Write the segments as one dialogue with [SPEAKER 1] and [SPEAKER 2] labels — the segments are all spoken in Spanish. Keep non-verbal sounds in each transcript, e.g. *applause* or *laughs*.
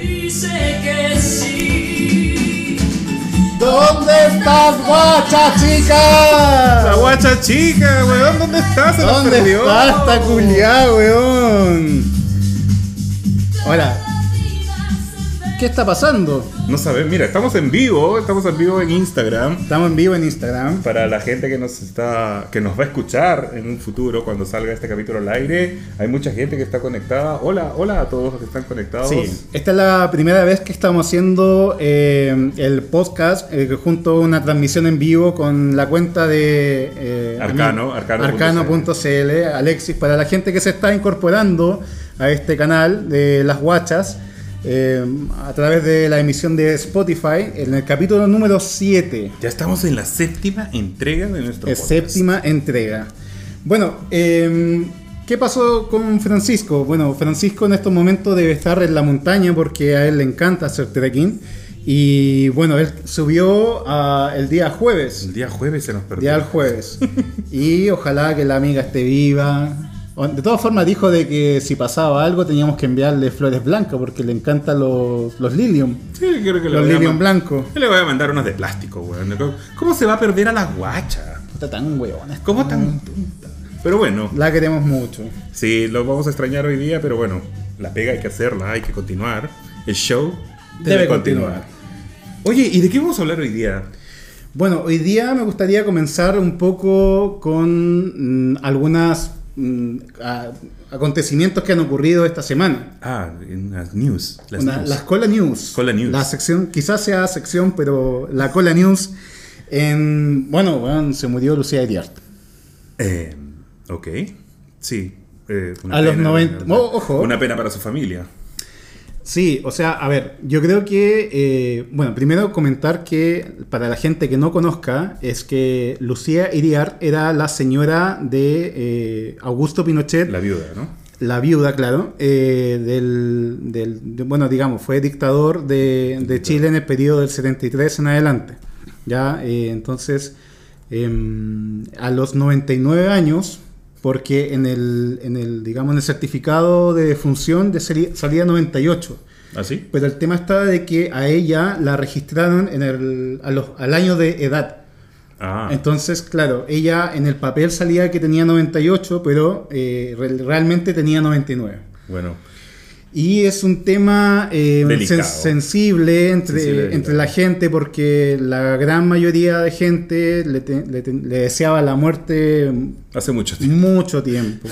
[SPEAKER 1] dice que sí.
[SPEAKER 2] ¿Dónde estás, guacha
[SPEAKER 3] La
[SPEAKER 2] chica?
[SPEAKER 3] guacha chica, weón, ¿dónde está? Se nos
[SPEAKER 2] ¿Dónde
[SPEAKER 3] perdió.
[SPEAKER 2] está esta culiá, weón? Hola. ¿Qué está pasando?
[SPEAKER 3] No sabes, mira, estamos en vivo, estamos en vivo en Instagram.
[SPEAKER 2] Estamos en vivo en Instagram.
[SPEAKER 3] Para la gente que nos está, que nos va a escuchar en un futuro cuando salga este capítulo al aire, hay mucha gente que está conectada. Hola, hola a todos los que están conectados.
[SPEAKER 2] Sí, esta es la primera vez que estamos haciendo eh, el podcast eh, junto a una transmisión en vivo con la cuenta de eh,
[SPEAKER 3] Arcano,
[SPEAKER 2] ami-
[SPEAKER 3] arcano.cl.
[SPEAKER 2] arcano.cl, Alexis, para la gente que se está incorporando a este canal de Las Guachas eh, a través de la emisión de Spotify en el capítulo número 7.
[SPEAKER 3] Ya estamos en la séptima entrega de nuestro
[SPEAKER 2] Es
[SPEAKER 3] podcast.
[SPEAKER 2] séptima entrega. Bueno, eh, ¿qué pasó con Francisco? Bueno, Francisco en estos momentos debe estar en la montaña porque a él le encanta hacer trekking. Y bueno, él subió a- el día jueves.
[SPEAKER 3] El día jueves se nos perdió.
[SPEAKER 2] Día al jueves. *laughs* Y ojalá que la amiga esté viva. O- De todas formas dijo de que si pasaba algo teníamos que enviarle flores blancas porque le encantan los, los lilium.
[SPEAKER 3] Sí, creo que le
[SPEAKER 2] Los
[SPEAKER 3] voy a
[SPEAKER 2] lilium
[SPEAKER 3] man-
[SPEAKER 2] blancos.
[SPEAKER 3] Yo le voy a mandar unos de plástico, weón. ¿Cómo- ¿Cómo se va a perder a la guacha?
[SPEAKER 2] Está tan huevón esta.
[SPEAKER 3] ¿Cómo tan tonta? Pero bueno,
[SPEAKER 2] La queremos mucho.
[SPEAKER 3] sí, lo vamos a extrañar hoy día, pero bueno, la pega hay que hacerla, hay que continuar. El show
[SPEAKER 2] Debe continuar.
[SPEAKER 3] Oye, ¿y de qué vamos a hablar hoy día?
[SPEAKER 2] Bueno, hoy día me gustaría comenzar un poco con mm, algunos acontecimientos que han ocurrido esta semana.
[SPEAKER 3] Ah, en las news. Las
[SPEAKER 2] Una-
[SPEAKER 3] news.
[SPEAKER 2] las cola news.
[SPEAKER 3] Cola news.
[SPEAKER 2] La sección, quizás sea sección, pero la cola news. En, bueno, weón, se murió Lucía Iriart.
[SPEAKER 3] Eh, ok, sí. eh, una
[SPEAKER 2] A los 90
[SPEAKER 3] una-
[SPEAKER 2] Oh, ojo.
[SPEAKER 3] Una pena para su familia.
[SPEAKER 2] Sí, o sea, a ver, yo creo que, eh, bueno, primero comentar que para la gente que no conozca, es que Lucía Iriart era la señora de eh, Augusto Pinochet.
[SPEAKER 3] La viuda, ¿no?
[SPEAKER 2] la viuda, claro, eh, del, del- de- bueno, digamos, fue dictador de, de Chile en el periodo del 73 en adelante. Ya, eh, entonces, em, a los 99 años, porque en el, en el, digamos, en el certificado de función de sali- salía 98.
[SPEAKER 3] ¿Así?
[SPEAKER 2] Pero el tema está de que a ella la registraron en el, a los- al año de edad.
[SPEAKER 3] Ah,
[SPEAKER 2] Entonces, claro, ella en el papel salía que tenía 98, pero eh, re- realmente tenía 99.
[SPEAKER 3] bueno.
[SPEAKER 2] Y es un tema eh,
[SPEAKER 3] Delicado.
[SPEAKER 2] sen- sensible entre,
[SPEAKER 3] Sensible, delicado.
[SPEAKER 2] entre la gente porque la gran mayoría de gente le, te- le te- le deseaba la muerte
[SPEAKER 3] Hace mucho tiempo.
[SPEAKER 2] mucho
[SPEAKER 3] *laughs*
[SPEAKER 2] tiempo.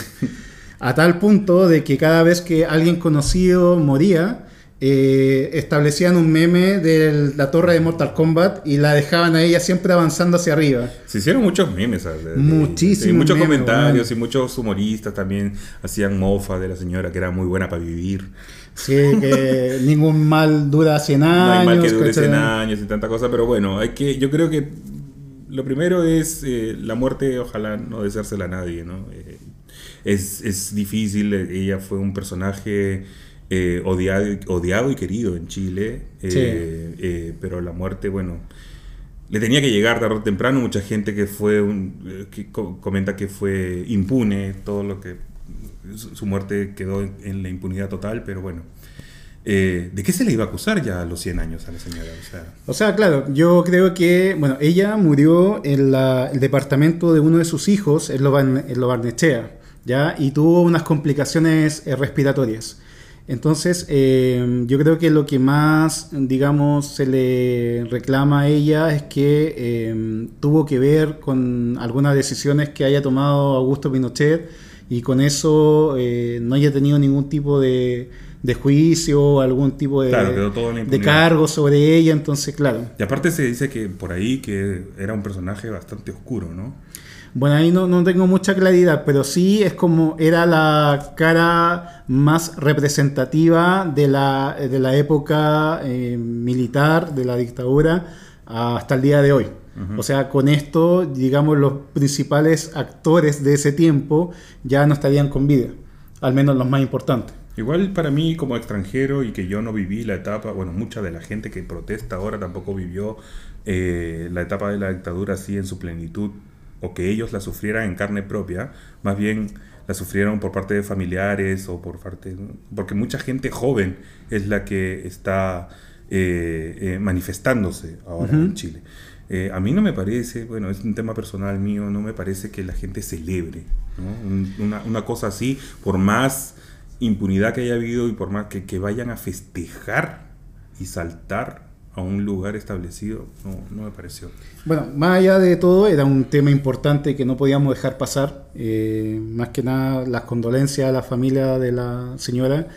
[SPEAKER 2] A tal punto de que cada vez que alguien conocido moría, eh, establecían un meme de la torre de Mortal Kombat y la dejaban a ella siempre avanzando hacia arriba.
[SPEAKER 3] Se hicieron muchos memes. ¿sabes? De- de-
[SPEAKER 2] Muchísimos
[SPEAKER 3] y muchos
[SPEAKER 2] memes,
[SPEAKER 3] comentarios y muchos humoristas también hacían mofa de la señora que era muy buena para vivir.
[SPEAKER 2] Sí,
[SPEAKER 3] *laughs*
[SPEAKER 2] que ningún mal dura 100 años.
[SPEAKER 3] no hay mal que dure 100
[SPEAKER 2] ¿cachai?
[SPEAKER 3] años y tanta cosa, pero bueno, hay que, yo creo que lo primero es eh, la muerte, ojalá no deseársela a nadie, ¿no? Eh, es, es difícil, eh, ella fue un personaje eh, odiado, y- odiado y querido en Chile, eh,
[SPEAKER 2] Sí.
[SPEAKER 3] eh, pero la muerte, bueno, le tenía que llegar tarde o temprano, mucha gente que fue, un- eh, que co- comenta que fue impune, todo lo que... Su su muerte quedó en- en la impunidad total, pero bueno. Eh, ¿De qué se le iba a acusar ya a los 100 años a la señora? O sea,
[SPEAKER 2] O sea, claro, yo creo que, bueno, ella murió en la- el departamento de uno de sus hijos, en Loban- en Lobarnechea, ¿ya? Y tuvo unas complicaciones eh, respiratorias. Entonces, eh, yo creo que lo que más, digamos, se le reclama a ella es que eh, tuvo que ver con algunas decisiones que haya tomado Augusto Pinochet y con eso eh, no haya tenido ningún tipo de, de juicio o algún tipo de,
[SPEAKER 3] Claro, quedó todo en la
[SPEAKER 2] de
[SPEAKER 3] impunidad.
[SPEAKER 2] cargo sobre ella, entonces, claro.
[SPEAKER 3] y aparte se dice que por ahí que era un personaje bastante oscuro, ¿no?
[SPEAKER 2] Bueno, ahí no, no tengo mucha claridad, pero sí es como era la cara más representativa de la, de la época eh, militar, de la dictadura, hasta el día de hoy. O sea, con esto, digamos, los principales actores de ese tiempo ya no estarían con vida, al menos los más importantes.
[SPEAKER 3] Igual para mí como extranjero y que yo no viví la etapa, bueno, mucha de la gente que protesta ahora tampoco vivió eh, la etapa de la dictadura así en su plenitud o que ellos la sufrieran en carne propia, más bien la sufrieron por parte de familiares o por parte... Porque mucha gente joven es la que está eh, eh, manifestándose ahora
[SPEAKER 2] Ujú.
[SPEAKER 3] en Chile. Eh, a mí no me parece, bueno, es un tema personal mío, no me parece que la gente celebre ¿no? Un- una, una cosa así, por más impunidad que haya habido y por más que, que vayan a festejar y saltar a un lugar establecido, no, no me pareció.
[SPEAKER 2] Bueno, más allá de todo, era un tema importante que no podíamos dejar pasar. Eh, más que nada, las condolencias a la familia de la señora.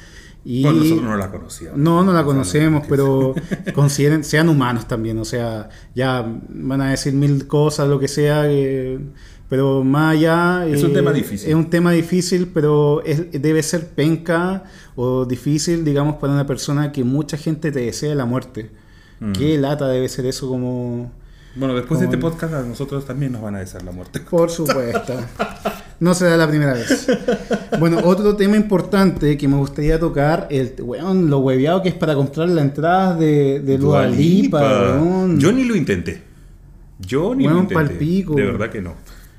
[SPEAKER 2] Y
[SPEAKER 3] Bueno, nosotros no la conocíamos.
[SPEAKER 2] No, no la
[SPEAKER 3] O
[SPEAKER 2] conocemos,
[SPEAKER 3] sea,
[SPEAKER 2] pero
[SPEAKER 3] *laughs*
[SPEAKER 2] consideren, sean humanos también, o sea, ya van a decir mil cosas, lo que sea, eh, pero más allá... eh,
[SPEAKER 3] Es un tema difícil.
[SPEAKER 2] Es un tema difícil, pero es- debe ser penca o difícil, digamos, para una persona que mucha gente te desea la muerte.
[SPEAKER 3] Mm.
[SPEAKER 2] Qué lata debe ser eso como...
[SPEAKER 3] Bueno, después de este
[SPEAKER 2] Con-
[SPEAKER 3] podcast a nosotros también nos van a desear la muerte.
[SPEAKER 2] Por supuesto. No será la primera vez. Bueno, otro tema importante que me gustaría tocar, el weón, lo hueveado que es para comprar la entrada de, de Dua
[SPEAKER 3] Dua
[SPEAKER 2] Lipa,
[SPEAKER 3] Lipa.
[SPEAKER 2] weón.
[SPEAKER 3] Yo ni lo intenté. Yo ni
[SPEAKER 2] Weón,
[SPEAKER 3] lo intenté.
[SPEAKER 2] palpico.
[SPEAKER 3] De verdad que no.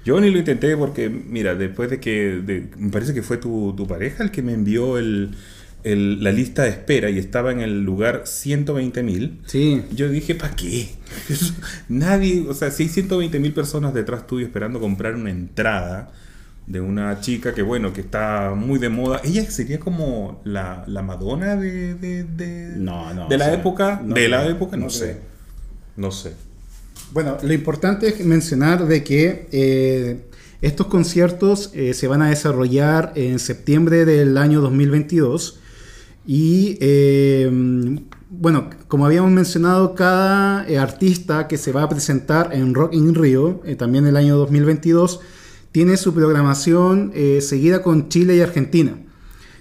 [SPEAKER 3] Yo ni lo intenté porque, mira, después de que. de- me parece que fue tu, tu pareja el que me envió el, el- la lista de espera y estaba en el lugar 120 mil.
[SPEAKER 2] Sí.
[SPEAKER 3] Yo dije, ¿para qué? *laughs* Nadie, o sea, si hay 120 mil personas detrás tuyo esperando comprar una entrada de una chica que, bueno, que está muy de moda. Ella sería como la, la Madonna de, de, de-
[SPEAKER 2] No, no,
[SPEAKER 3] de la
[SPEAKER 2] o sea,
[SPEAKER 3] época.
[SPEAKER 2] no
[SPEAKER 3] de la
[SPEAKER 2] creo,
[SPEAKER 3] época, no,
[SPEAKER 2] no
[SPEAKER 3] sé.
[SPEAKER 2] creo.
[SPEAKER 3] No sé.
[SPEAKER 2] Bueno, lo importante es mencionar de que eh, estos conciertos eh, se van a desarrollar en septiembre del año 2022 y eh, bueno, como habíamos mencionado, cada eh, artista que se va a presentar en Rock in Rio, eh, también el año 2022, tiene su programación eh, seguida con Chile y Argentina.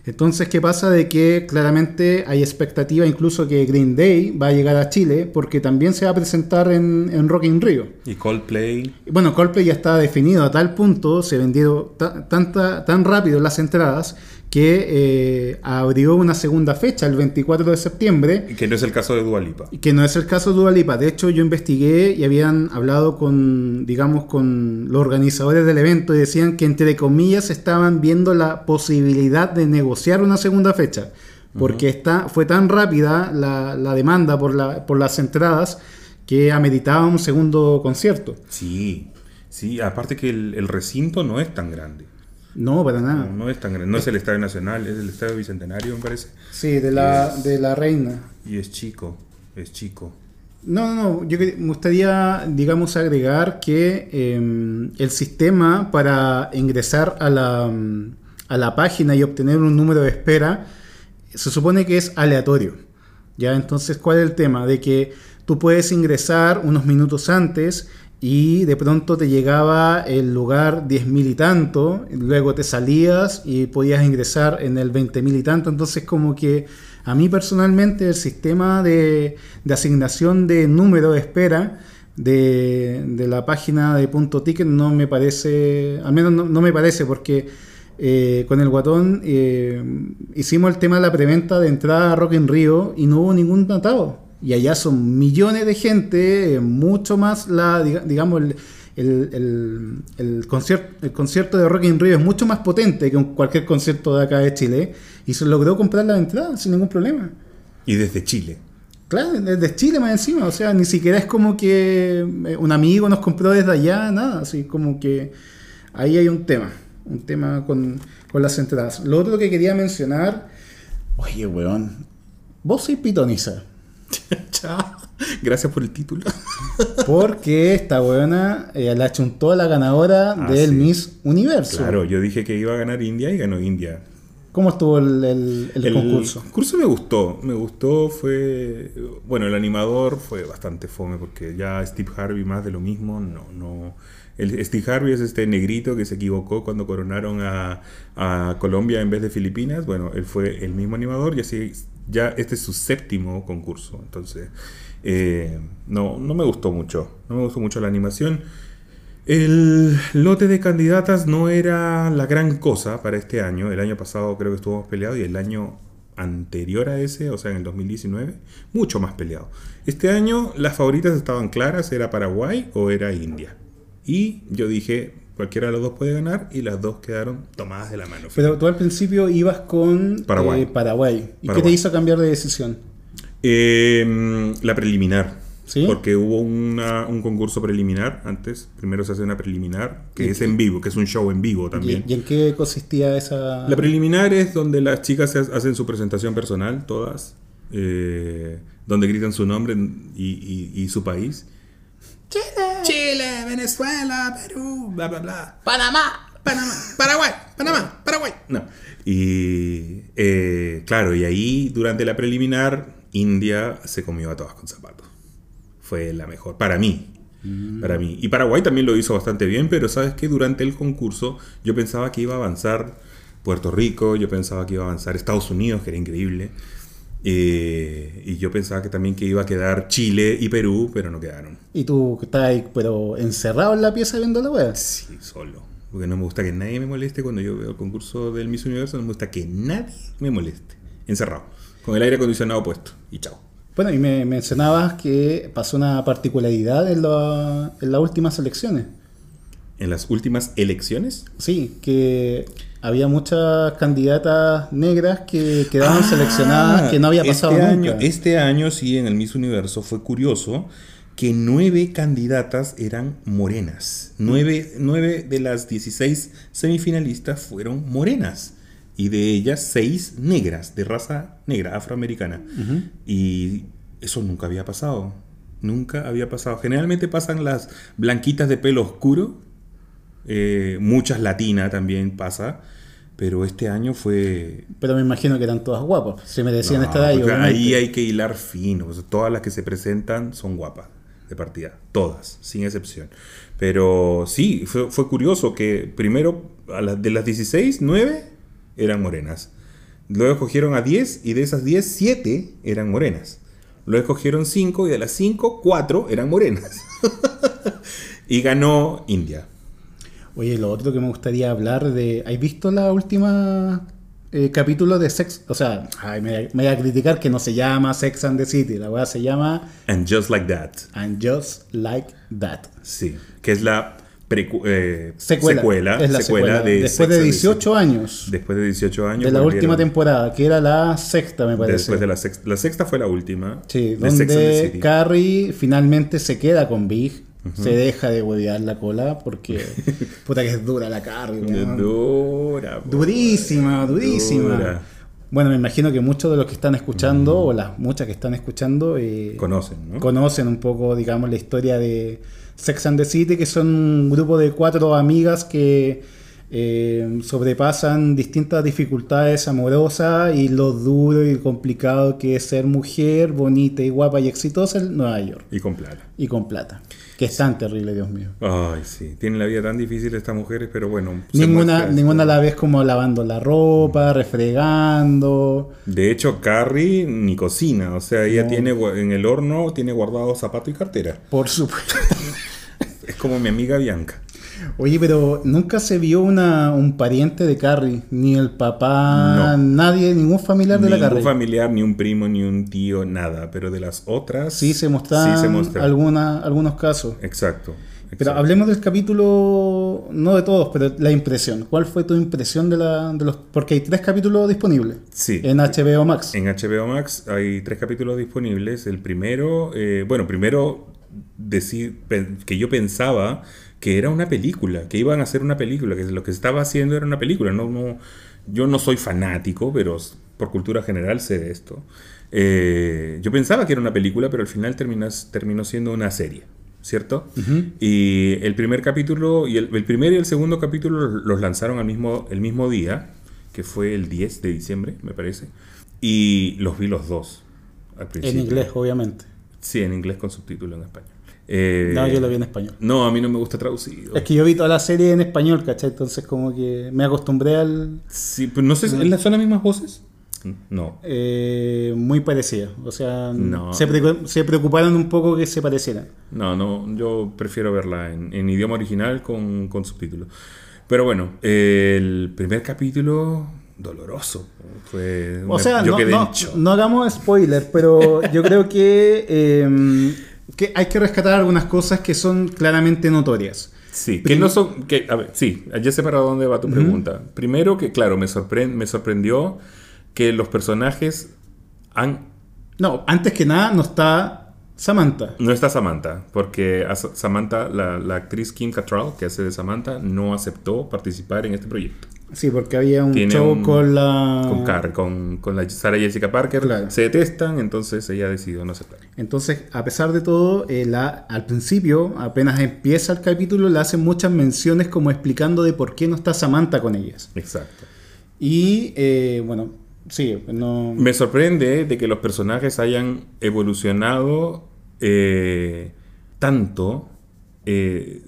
[SPEAKER 2] Entonces, ¿qué pasa? De que claramente hay expectativa incluso que Green Day va a llegar a Chile porque también se va a presentar en, en Rock in Rio.
[SPEAKER 3] Y Coldplay.
[SPEAKER 2] Y Bueno, Coldplay ya está definido a tal punto, se vendieron ta- tanta, tan rápido las entradas que eh, abrió una segunda fecha el 24 de septiembre
[SPEAKER 3] Que no es el caso de Dualipa.
[SPEAKER 2] que no es el caso de Dua Lipa. De hecho, yo investigué y habían hablado con, digamos, con los organizadores del evento y decían que, entre comillas, estaban viendo la posibilidad de negociar una segunda fecha. Porque está, fue tan rápida la, la demanda por, la, por las entradas que ameritaba un segundo concierto.
[SPEAKER 3] Sí, sí. Aparte que el, el recinto no es tan grande.
[SPEAKER 2] No, para
[SPEAKER 3] No,
[SPEAKER 2] nada.
[SPEAKER 3] no es tan grande. No es el Estadio Nacional, es el Estadio Bicentenario, me parece.
[SPEAKER 2] Sí, de la, de la reina.
[SPEAKER 3] Y es chico, es chico.
[SPEAKER 2] No, no, no, yo que- me gustaría, digamos, agregar que eh, el sistema para ingresar a la, mm, a la página y obtener un número de espera se supone que es aleatorio. ¿Ya? Entonces, ¿cuál es el tema? De que tú puedes ingresar unos minutos antes y de pronto te llegaba el lugar 10.000 y tanto, luego te salías y podías ingresar en el 20.000 y tanto. Entonces, como que a mí personalmente el sistema de, de asignación de número de espera de, de la página de punto ticket no me parece, al menos no, no me parece porque... Eh, con el guatón eh, hicimos el tema de la preventa de entrada a Rock en Río y no hubo ningún atado. Y allá son millones de gente, eh, mucho más la, diga- digamos, el, el, el- el concierto, el concierto de Rock in Río es mucho más potente que un- cualquier concierto de acá de Chile. Y se logró comprar la entrada sin ningún problema.
[SPEAKER 3] Y desde Chile.
[SPEAKER 2] Claro, desde Chile más encima, o sea, ni siquiera es como que eh, un amigo nos compró desde allá, nada, así como que ahí hay un tema, un tema con, con las entradas. Lo otro que quería mencionar,
[SPEAKER 4] Oye, weón.
[SPEAKER 2] vos sois pitoniza,
[SPEAKER 3] Chao. *laughs* Gracias por el título.
[SPEAKER 2] porque esta weona eh, la chuntó a la ganadora
[SPEAKER 3] Ah,
[SPEAKER 2] del
[SPEAKER 3] sí.
[SPEAKER 2] Miss Universo.
[SPEAKER 3] Claro, yo dije que iba a ganar India y ganó India.
[SPEAKER 2] ¿Cómo estuvo el, el- el concurso?
[SPEAKER 3] concurso me gustó, me gustó, fue... Bueno, el animador fue bastante fome porque ya Steve Harvey más de lo mismo, no, no... El Steve Harvey es este negrito que se equivocó cuando coronaron a, a Colombia en vez de Filipinas. Bueno, él fue el mismo animador y así ya este es su séptimo concurso. Entonces, eh, no, no me gustó mucho. No me gustó mucho la animación. El lote de candidatas no era la gran cosa para este año. El año pasado creo que estuvo más peleado y el año anterior a ese, o sea, en el 2019, mucho más peleado. Este año las favoritas estaban claras, era Paraguay o era India. Y yo dije, Cualquiera de las dos puede ganar y las dos quedaron tomadas de la mano.
[SPEAKER 2] Pero tú al principio ibas con eh,
[SPEAKER 3] Paraguay.
[SPEAKER 2] Paraguay. ¿Y qué
[SPEAKER 3] Paraguay.
[SPEAKER 2] te hizo cambiar de decisión?
[SPEAKER 3] Eh, mm, la preliminar.
[SPEAKER 2] ¿Sí?
[SPEAKER 3] Porque hubo una- un concurso preliminar antes. Primero se hace una preliminar, que es en vivo, que es un show en vivo también.
[SPEAKER 2] ¿Y, y en qué consistía esa...?
[SPEAKER 3] La preliminar es donde las chicas se ha- hacen su presentación personal, todas, eh, donde gritan su nombre y, y- y su país. Chile, Chile, Venezuela, Perú, bla, bla, bla.
[SPEAKER 5] Panamá.
[SPEAKER 3] Panamá, Paraguay, Panamá, Paraguay. No. Y eh, claro, y ahí durante la preliminar, India se comió a todas con zapatos. Fue la mejor, para mí. Para mí. Y Paraguay también lo hizo bastante bien, pero sabes que durante el concurso yo pensaba que iba a avanzar Puerto Rico, yo pensaba que iba a avanzar Estados Unidos, que era increíble. Eh, y yo pensaba que también que iba a quedar Chile y Perú, pero no quedaron.
[SPEAKER 2] Y tú estás ahí, pero encerrado en la pieza viendo la web.
[SPEAKER 3] Sí, solo. Porque no me gusta que nadie me moleste cuando yo veo el concurso del Miss Universo. No me gusta que nadie me moleste. Encerrado. Con el aire acondicionado puesto. Y chao.
[SPEAKER 2] Bueno, y me mencionabas que pasó una particularidad en, la- en las últimas elecciones.
[SPEAKER 3] En las últimas elecciones.
[SPEAKER 2] Sí, que había muchas candidatas negras que quedaban
[SPEAKER 3] Ah,
[SPEAKER 2] seleccionadas que no había pasado
[SPEAKER 3] este
[SPEAKER 2] nunca.
[SPEAKER 3] Año, este año sí, en el Miss Universo fue curioso que nueve candidatas eran morenas. Nueve, nueve de las 16 semifinalistas fueron morenas. Y de ellas seis negras, de raza negra, afroamericana. Y eso nunca había pasado. Nunca había pasado. Generalmente pasan las blanquitas de pelo oscuro. eh, muchas latinas también pasa. Pero este año fue
[SPEAKER 2] Pero me imagino que eran todas guapas. Se merecían
[SPEAKER 3] no,
[SPEAKER 2] estar ahí.
[SPEAKER 3] Ah, porque
[SPEAKER 2] obviamente.
[SPEAKER 3] ahí hay que hilar fino. o sea, todas las que se presentan son guapas de partida. Todas, sin excepción. Pero sí, fue, fue curioso que primero a las de las 16, 9 eran morenas. Luego escogieron a 10 y de esas 10, 7 eran morenas. Luego escogieron 5 y de las 5, 4 eran morenas. *laughs* y ganó India.
[SPEAKER 2] Oye, lo otro que me gustaría hablar de. ¿Has visto la última eh, capítulo de Sex? O sea, ay, me, me voy a criticar que no se llama Sex and the City. La weá se llama
[SPEAKER 3] And just like that.
[SPEAKER 2] And Just Like That.
[SPEAKER 3] Sí. Que es la precu- eh,
[SPEAKER 2] Secuela. es la
[SPEAKER 3] secuela
[SPEAKER 2] secuela.
[SPEAKER 3] de
[SPEAKER 2] Después
[SPEAKER 3] Sex and
[SPEAKER 2] de
[SPEAKER 3] the City.
[SPEAKER 2] 18 años.
[SPEAKER 3] Después de 18 años.
[SPEAKER 2] de la
[SPEAKER 3] volvieron-
[SPEAKER 2] última temporada, que era la sexta, me parece.
[SPEAKER 3] Después de la sexta. La sexta fue la última.
[SPEAKER 2] Sí,
[SPEAKER 3] de Sex and the
[SPEAKER 2] donde
[SPEAKER 3] City.
[SPEAKER 2] Carrie finalmente se queda con Big, se deja de huevear la cola
[SPEAKER 3] *laughs*
[SPEAKER 2] porque puta que es dura la Carrie. weón.
[SPEAKER 3] Dura. pues. po.
[SPEAKER 2] Durísima, durísima.
[SPEAKER 3] Dura.
[SPEAKER 2] Bueno, me imagino que muchos de los que están escuchando, o las muchas que están escuchando, eh,
[SPEAKER 3] Conocen, ¿no?
[SPEAKER 2] conocen un poco, digamos, la historia de Sex and the City, que son un grupo de cuatro amigas que eh, sobrepasan distintas dificultades amorosas y lo duro y complicado que es ser mujer, bonita y guapa y exitosa en Nueva York.
[SPEAKER 3] Y con plata.
[SPEAKER 2] Y con plata. Que es tan terrible, Dios mío.
[SPEAKER 3] Ay, sí. Tienen la vida tan difícil estas mujeres, pero bueno. se
[SPEAKER 2] Ninguna,
[SPEAKER 3] muestra
[SPEAKER 2] ninguna
[SPEAKER 3] esto.
[SPEAKER 2] la ves como lavando la ropa, refregando.
[SPEAKER 3] De hecho, Carrie ni cocina. O sea, ella
[SPEAKER 2] No.
[SPEAKER 3] tiene gua- en el horno tiene guardado zapato y cartera.
[SPEAKER 2] Por supuesto.
[SPEAKER 3] Es como mi amiga Bianca.
[SPEAKER 2] Oye, pero nunca se vio una, un pariente de Carrie, ni el papá,
[SPEAKER 3] No.
[SPEAKER 2] nadie, ningún familiar de la
[SPEAKER 3] Ningún
[SPEAKER 2] Carrie.
[SPEAKER 3] familiar, ni un primo, ni un tío, nada. Pero de las otras.
[SPEAKER 2] sí, se mostraban
[SPEAKER 3] sí se muestra.
[SPEAKER 2] alguna- algunos casos.
[SPEAKER 3] Exacto.
[SPEAKER 2] Pero
[SPEAKER 3] exacto.
[SPEAKER 2] hablemos del capítulo, no de todos, pero la impresión. ¿Cuál fue tu impresión de, la, de los...? Porque hay tres capítulos disponibles
[SPEAKER 3] Sí.
[SPEAKER 2] en HBO Max.
[SPEAKER 3] En HBO Max hay tres capítulos disponibles. El primero, eh, bueno, primero decir pen- que yo pensaba que era una película, que iban a hacer una película, que lo que estaba haciendo era una película. No, no, yo no soy fanático, pero s- por cultura general sé de esto. Eh, yo pensaba que era una película, pero al final terminas- terminó siendo una serie, ¿cierto? Y el primer capítulo, y el, el primer y el segundo capítulo los- los lanzaron al mismo, el mismo día, que fue el 10 de diciembre, me parece. Y los vi los dos. Al
[SPEAKER 2] en
[SPEAKER 3] principio.
[SPEAKER 2] inglés, obviamente.
[SPEAKER 3] Sí, en inglés con subtítulo en español. Eh,
[SPEAKER 2] No, yo lo vi en español.
[SPEAKER 3] No, a mí no me gusta traducido.
[SPEAKER 2] Es que yo vi toda la serie en español, ¿cachai? Entonces como que me acostumbré al...
[SPEAKER 3] Sí, pero no sé, si- ¿son las mismas voces? No.
[SPEAKER 2] eh, muy parecida. O sea,
[SPEAKER 3] No.
[SPEAKER 2] se, preocu- se preocuparon un poco que se parecieran.
[SPEAKER 3] No, no, yo prefiero verla en, en idioma original con, con subtítulos. Pero bueno, el primer capítulo, doloroso. Fue
[SPEAKER 2] O
[SPEAKER 3] me-
[SPEAKER 2] sea,
[SPEAKER 3] yo
[SPEAKER 2] no,
[SPEAKER 3] quedé en
[SPEAKER 2] no,
[SPEAKER 3] shock.
[SPEAKER 2] no hagamos spoiler,
[SPEAKER 3] *laughs*
[SPEAKER 2] pero yo creo em, que, eh, que hay que rescatar algunas cosas que son claramente notorias.
[SPEAKER 3] Sí, que no son. Que, a ver, sí, ya sé para dónde va tu pregunta. Primero, que claro, me, sorpren- me sorprendió que los personajes han.
[SPEAKER 2] No, antes que nada no está Samantha.
[SPEAKER 3] No está Samantha, porque a Sa- Samantha, la, la actriz Kim Cattrall, que hace de Samantha, no aceptó participar en este proyecto.
[SPEAKER 2] Sí, porque había un
[SPEAKER 3] Tiene
[SPEAKER 2] show
[SPEAKER 3] un-
[SPEAKER 2] con la...
[SPEAKER 3] Con, Car, con, con la Sarah Jessica Parker
[SPEAKER 2] Ah. Claro.
[SPEAKER 3] se detestan, entonces ella decidió no aceptar.
[SPEAKER 2] Entonces, a pesar de todo, eh, la- al principio, apenas empieza el capítulo, le hacen muchas menciones como explicando de por qué no está Samantha con ellas.
[SPEAKER 3] Exacto.
[SPEAKER 2] Y, eh, bueno, sí, no...
[SPEAKER 3] Me sorprende de que los personajes hayan evolucionado eh, tanto. eh,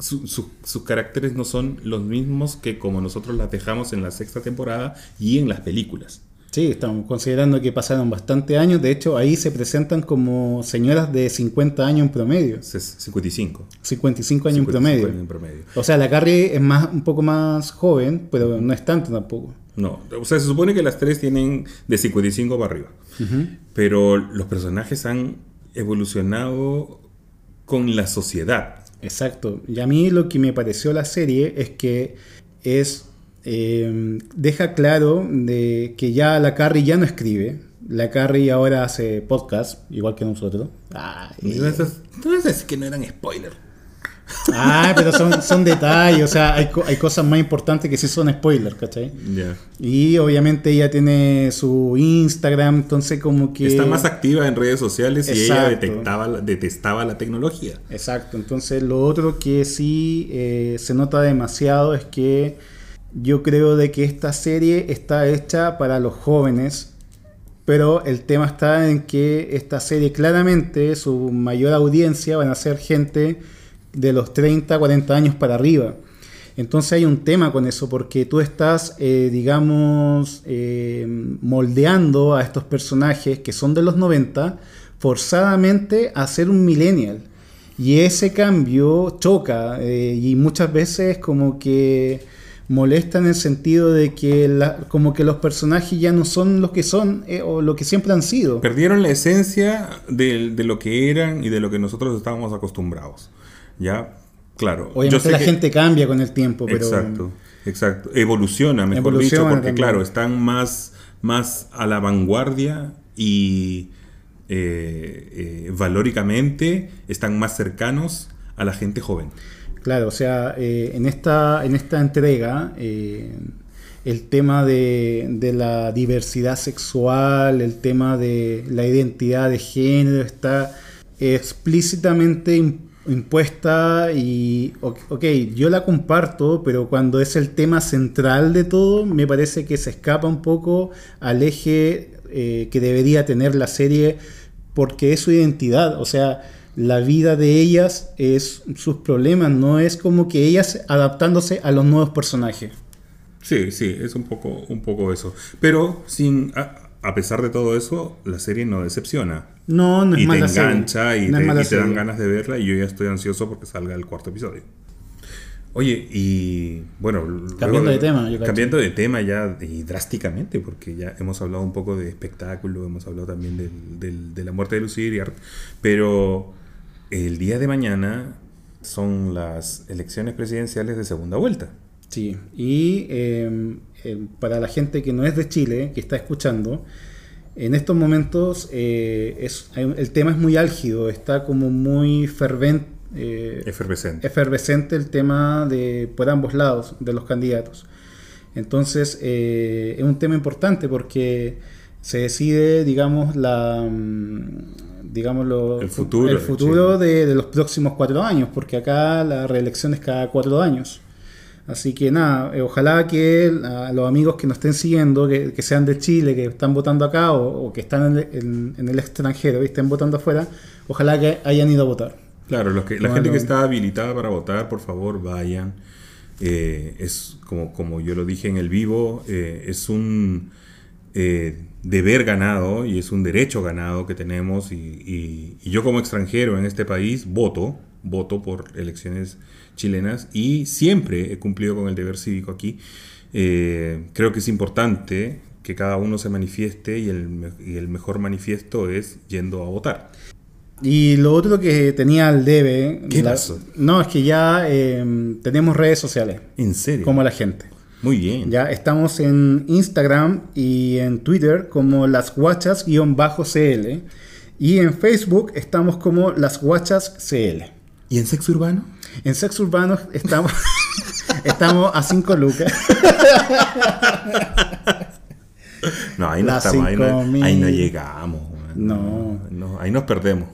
[SPEAKER 3] su- su- sus caracteres no son los mismos que como nosotros las dejamos en la sexta temporada y en las películas.
[SPEAKER 2] Sí, estamos considerando que pasaron bastante años. De hecho, ahí se presentan como señoras de 50 años en promedio.
[SPEAKER 3] Es 55.
[SPEAKER 2] 55 años en
[SPEAKER 3] 55
[SPEAKER 2] promedio.
[SPEAKER 3] años en promedio.
[SPEAKER 2] O sea, la Carrie es más, un poco más joven, pero no es tanto tampoco.
[SPEAKER 3] No, o sea, se supone que las tres tienen de 55 para arriba. Pero los personajes han evolucionado con la sociedad.
[SPEAKER 2] Exacto. Y a mí lo que me pareció la serie es que es eh, deja claro de que ya la Carrie ya no escribe. La Carrie ahora hace podcast, igual que nosotros. Ah, eh.
[SPEAKER 3] Entonces, entonces que no eran spoilers.
[SPEAKER 2] Ah, pero son, son detalles. O sea, hay, co- hay cosas más importantes que sí son spoilers, ¿cachai?
[SPEAKER 3] Ya.
[SPEAKER 2] Y obviamente ella tiene su Instagram, entonces como que...
[SPEAKER 3] Está más activa en redes sociales y ella
[SPEAKER 2] Exacto.
[SPEAKER 3] detectaba, la- detestaba la tecnología.
[SPEAKER 2] Exacto, entonces lo otro que sí eh, se nota demasiado es que yo creo de que esta serie está hecha para los jóvenes, pero el tema está en que esta serie claramente su mayor audiencia van a ser gente de los 30, 40 años para arriba. Entonces hay un tema con eso, porque tú estás, eh, digamos, eh, moldeando a estos personajes que son de los 90 forzadamente a ser un millennial. Y ese cambio choca eh, y muchas veces como que molesta en el sentido de que la- como que los personajes ya no son los que son eh, o lo que siempre han sido.
[SPEAKER 3] Perdieron la esencia de, de lo que eran y de lo que nosotros estábamos acostumbrados. Ya, claro. yo
[SPEAKER 2] Obviamente
[SPEAKER 3] sé
[SPEAKER 2] la
[SPEAKER 3] que-
[SPEAKER 2] gente cambia con el tiempo, pero...
[SPEAKER 3] Exacto, exacto. Evoluciona, mejor dicho,
[SPEAKER 2] Evoluciona
[SPEAKER 3] porque
[SPEAKER 2] también.
[SPEAKER 3] claro, están más, más a la vanguardia y eh, eh, valóricamente están más cercanos a la gente joven.
[SPEAKER 2] Claro, o sea, eh, en, esta, en esta entrega, eh, el tema de, de la diversidad sexual, el tema de la identidad de género está explícitamente im- impuesta y, o- ok, yo la comparto, pero cuando es el tema central de todo, me parece que se escapa un poco al eje eh, que debería tener la serie porque es su identidad, o sea, la vida de ellas es sus problemas, no es como que ellas adaptándose a los nuevos personajes.
[SPEAKER 3] Sí, sí, es un poco, un poco eso. Pero sin, a, a pesar de todo eso, la serie no decepciona.
[SPEAKER 2] No, no es
[SPEAKER 3] y te
[SPEAKER 2] mala serie.
[SPEAKER 3] engancha y,
[SPEAKER 2] No es
[SPEAKER 3] te,
[SPEAKER 2] mala
[SPEAKER 3] y te dan
[SPEAKER 2] serie.
[SPEAKER 3] ganas de verla y yo ya estoy ansioso porque salga el cuarto episodio. Oye, y bueno, luego
[SPEAKER 2] Cambiando de tema, yo cacho.
[SPEAKER 3] cambiando de tema ya y drásticamente, porque ya hemos hablado un poco de espectáculo, hemos hablado también del- del- de la muerte de Lucy Iriart, pero el día de mañana son las elecciones presidenciales de segunda vuelta.
[SPEAKER 2] Sí, y eh, eh, para la gente que no es de Chile, que está escuchando, en estos momentos eh, es, hay un- el tema es muy álgido, está como muy eh, fervente.
[SPEAKER 3] Efervescente.
[SPEAKER 2] efervescente el tema de por ambos lados de los candidatos. Entonces eh, es un tema importante porque se decide, digamos, la mm, digamos lo-
[SPEAKER 3] El futuro
[SPEAKER 2] el
[SPEAKER 3] de
[SPEAKER 2] futuro de, de los próximos cuatro años, porque acá la reelección es cada cuatro años. Así que nada, eh, ojalá que a los amigos que nos estén siguiendo, que, que sean de Chile, que están votando acá o, o que están en, en- en el extranjero y estén votando afuera, ojalá que hayan ido a votar.
[SPEAKER 3] Claro, los que, la
[SPEAKER 2] No,
[SPEAKER 3] gente
[SPEAKER 2] no.
[SPEAKER 3] que está habilitada para votar, por favor, vayan. Eh, es como, como yo lo dije en el vivo, eh, es un eh, deber ganado y es un derecho ganado que tenemos. Y, y- y yo como extranjero en este país voto, voto por elecciones chilenas y siempre he cumplido con el deber cívico aquí. Eh, creo que es importante que cada uno se manifieste y el me- y el mejor manifiesto es yendo a votar.
[SPEAKER 2] Y lo otro que tenía al debe.
[SPEAKER 3] ¿Qué
[SPEAKER 2] la-
[SPEAKER 3] pasó?
[SPEAKER 2] no, es que ya eh, tenemos redes sociales,
[SPEAKER 3] En serio.
[SPEAKER 2] como la gente.
[SPEAKER 3] Muy bien.
[SPEAKER 2] Ya estamos en Instagram y en Twitter como las guachas-cl y en Facebook estamos como las guachas cl.
[SPEAKER 3] ¿Y en sexo urbano?
[SPEAKER 2] En Sex Urbanos estamos, *laughs* estamos a 5 lucas.
[SPEAKER 3] No, ahí no
[SPEAKER 2] Las
[SPEAKER 3] estamos, ahí
[SPEAKER 2] cinco mil.
[SPEAKER 3] no, ahí no llegamos. man.
[SPEAKER 2] No.
[SPEAKER 3] no, ahí nos perdemos.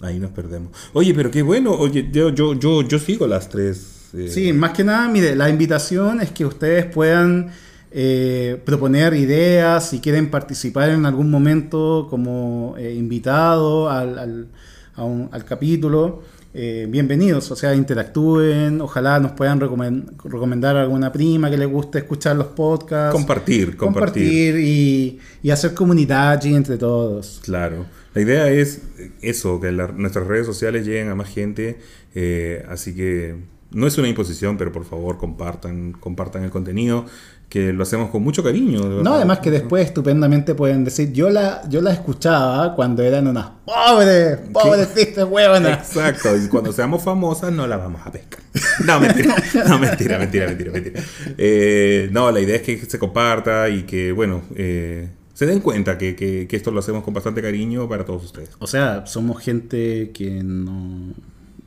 [SPEAKER 3] Ahí nos perdemos. Oye, pero qué bueno. Oye, yo, yo, yo, yo sigo las tres. eh,
[SPEAKER 2] Sí, más que nada, mire, la invitación es que ustedes puedan eh, proponer ideas, si quieren participar en algún momento como eh, invitado al, al- a un- al capítulo, eh, bienvenidos, o sea, interactúen, ojalá nos puedan recomen- recomendar a alguna prima que le guste escuchar los podcasts,
[SPEAKER 3] Compartir, compartir.
[SPEAKER 2] compartir y, y hacer comunidad allí entre todos.
[SPEAKER 3] Claro. La idea es eso, que la- nuestras redes sociales lleguen a más gente. eh, así que no es una imposición, pero por favor compartan, compartan el contenido, que lo hacemos con mucho cariño. de
[SPEAKER 2] No,
[SPEAKER 3] verdad.
[SPEAKER 2] además que después estupendamente pueden decir, yo la, yo la escuchaba cuando eran unas pobres, pobres tristes huevonas.
[SPEAKER 3] Exacto, y cuando seamos famosas no la vamos a pescar. No, mentira, no, mentira, mentira, mentira, mentira. Eh, no, la idea es que se comparta y que, bueno, eh, se den cuenta que, que- que esto lo hacemos con bastante cariño para todos ustedes.
[SPEAKER 2] O sea, somos gente que no...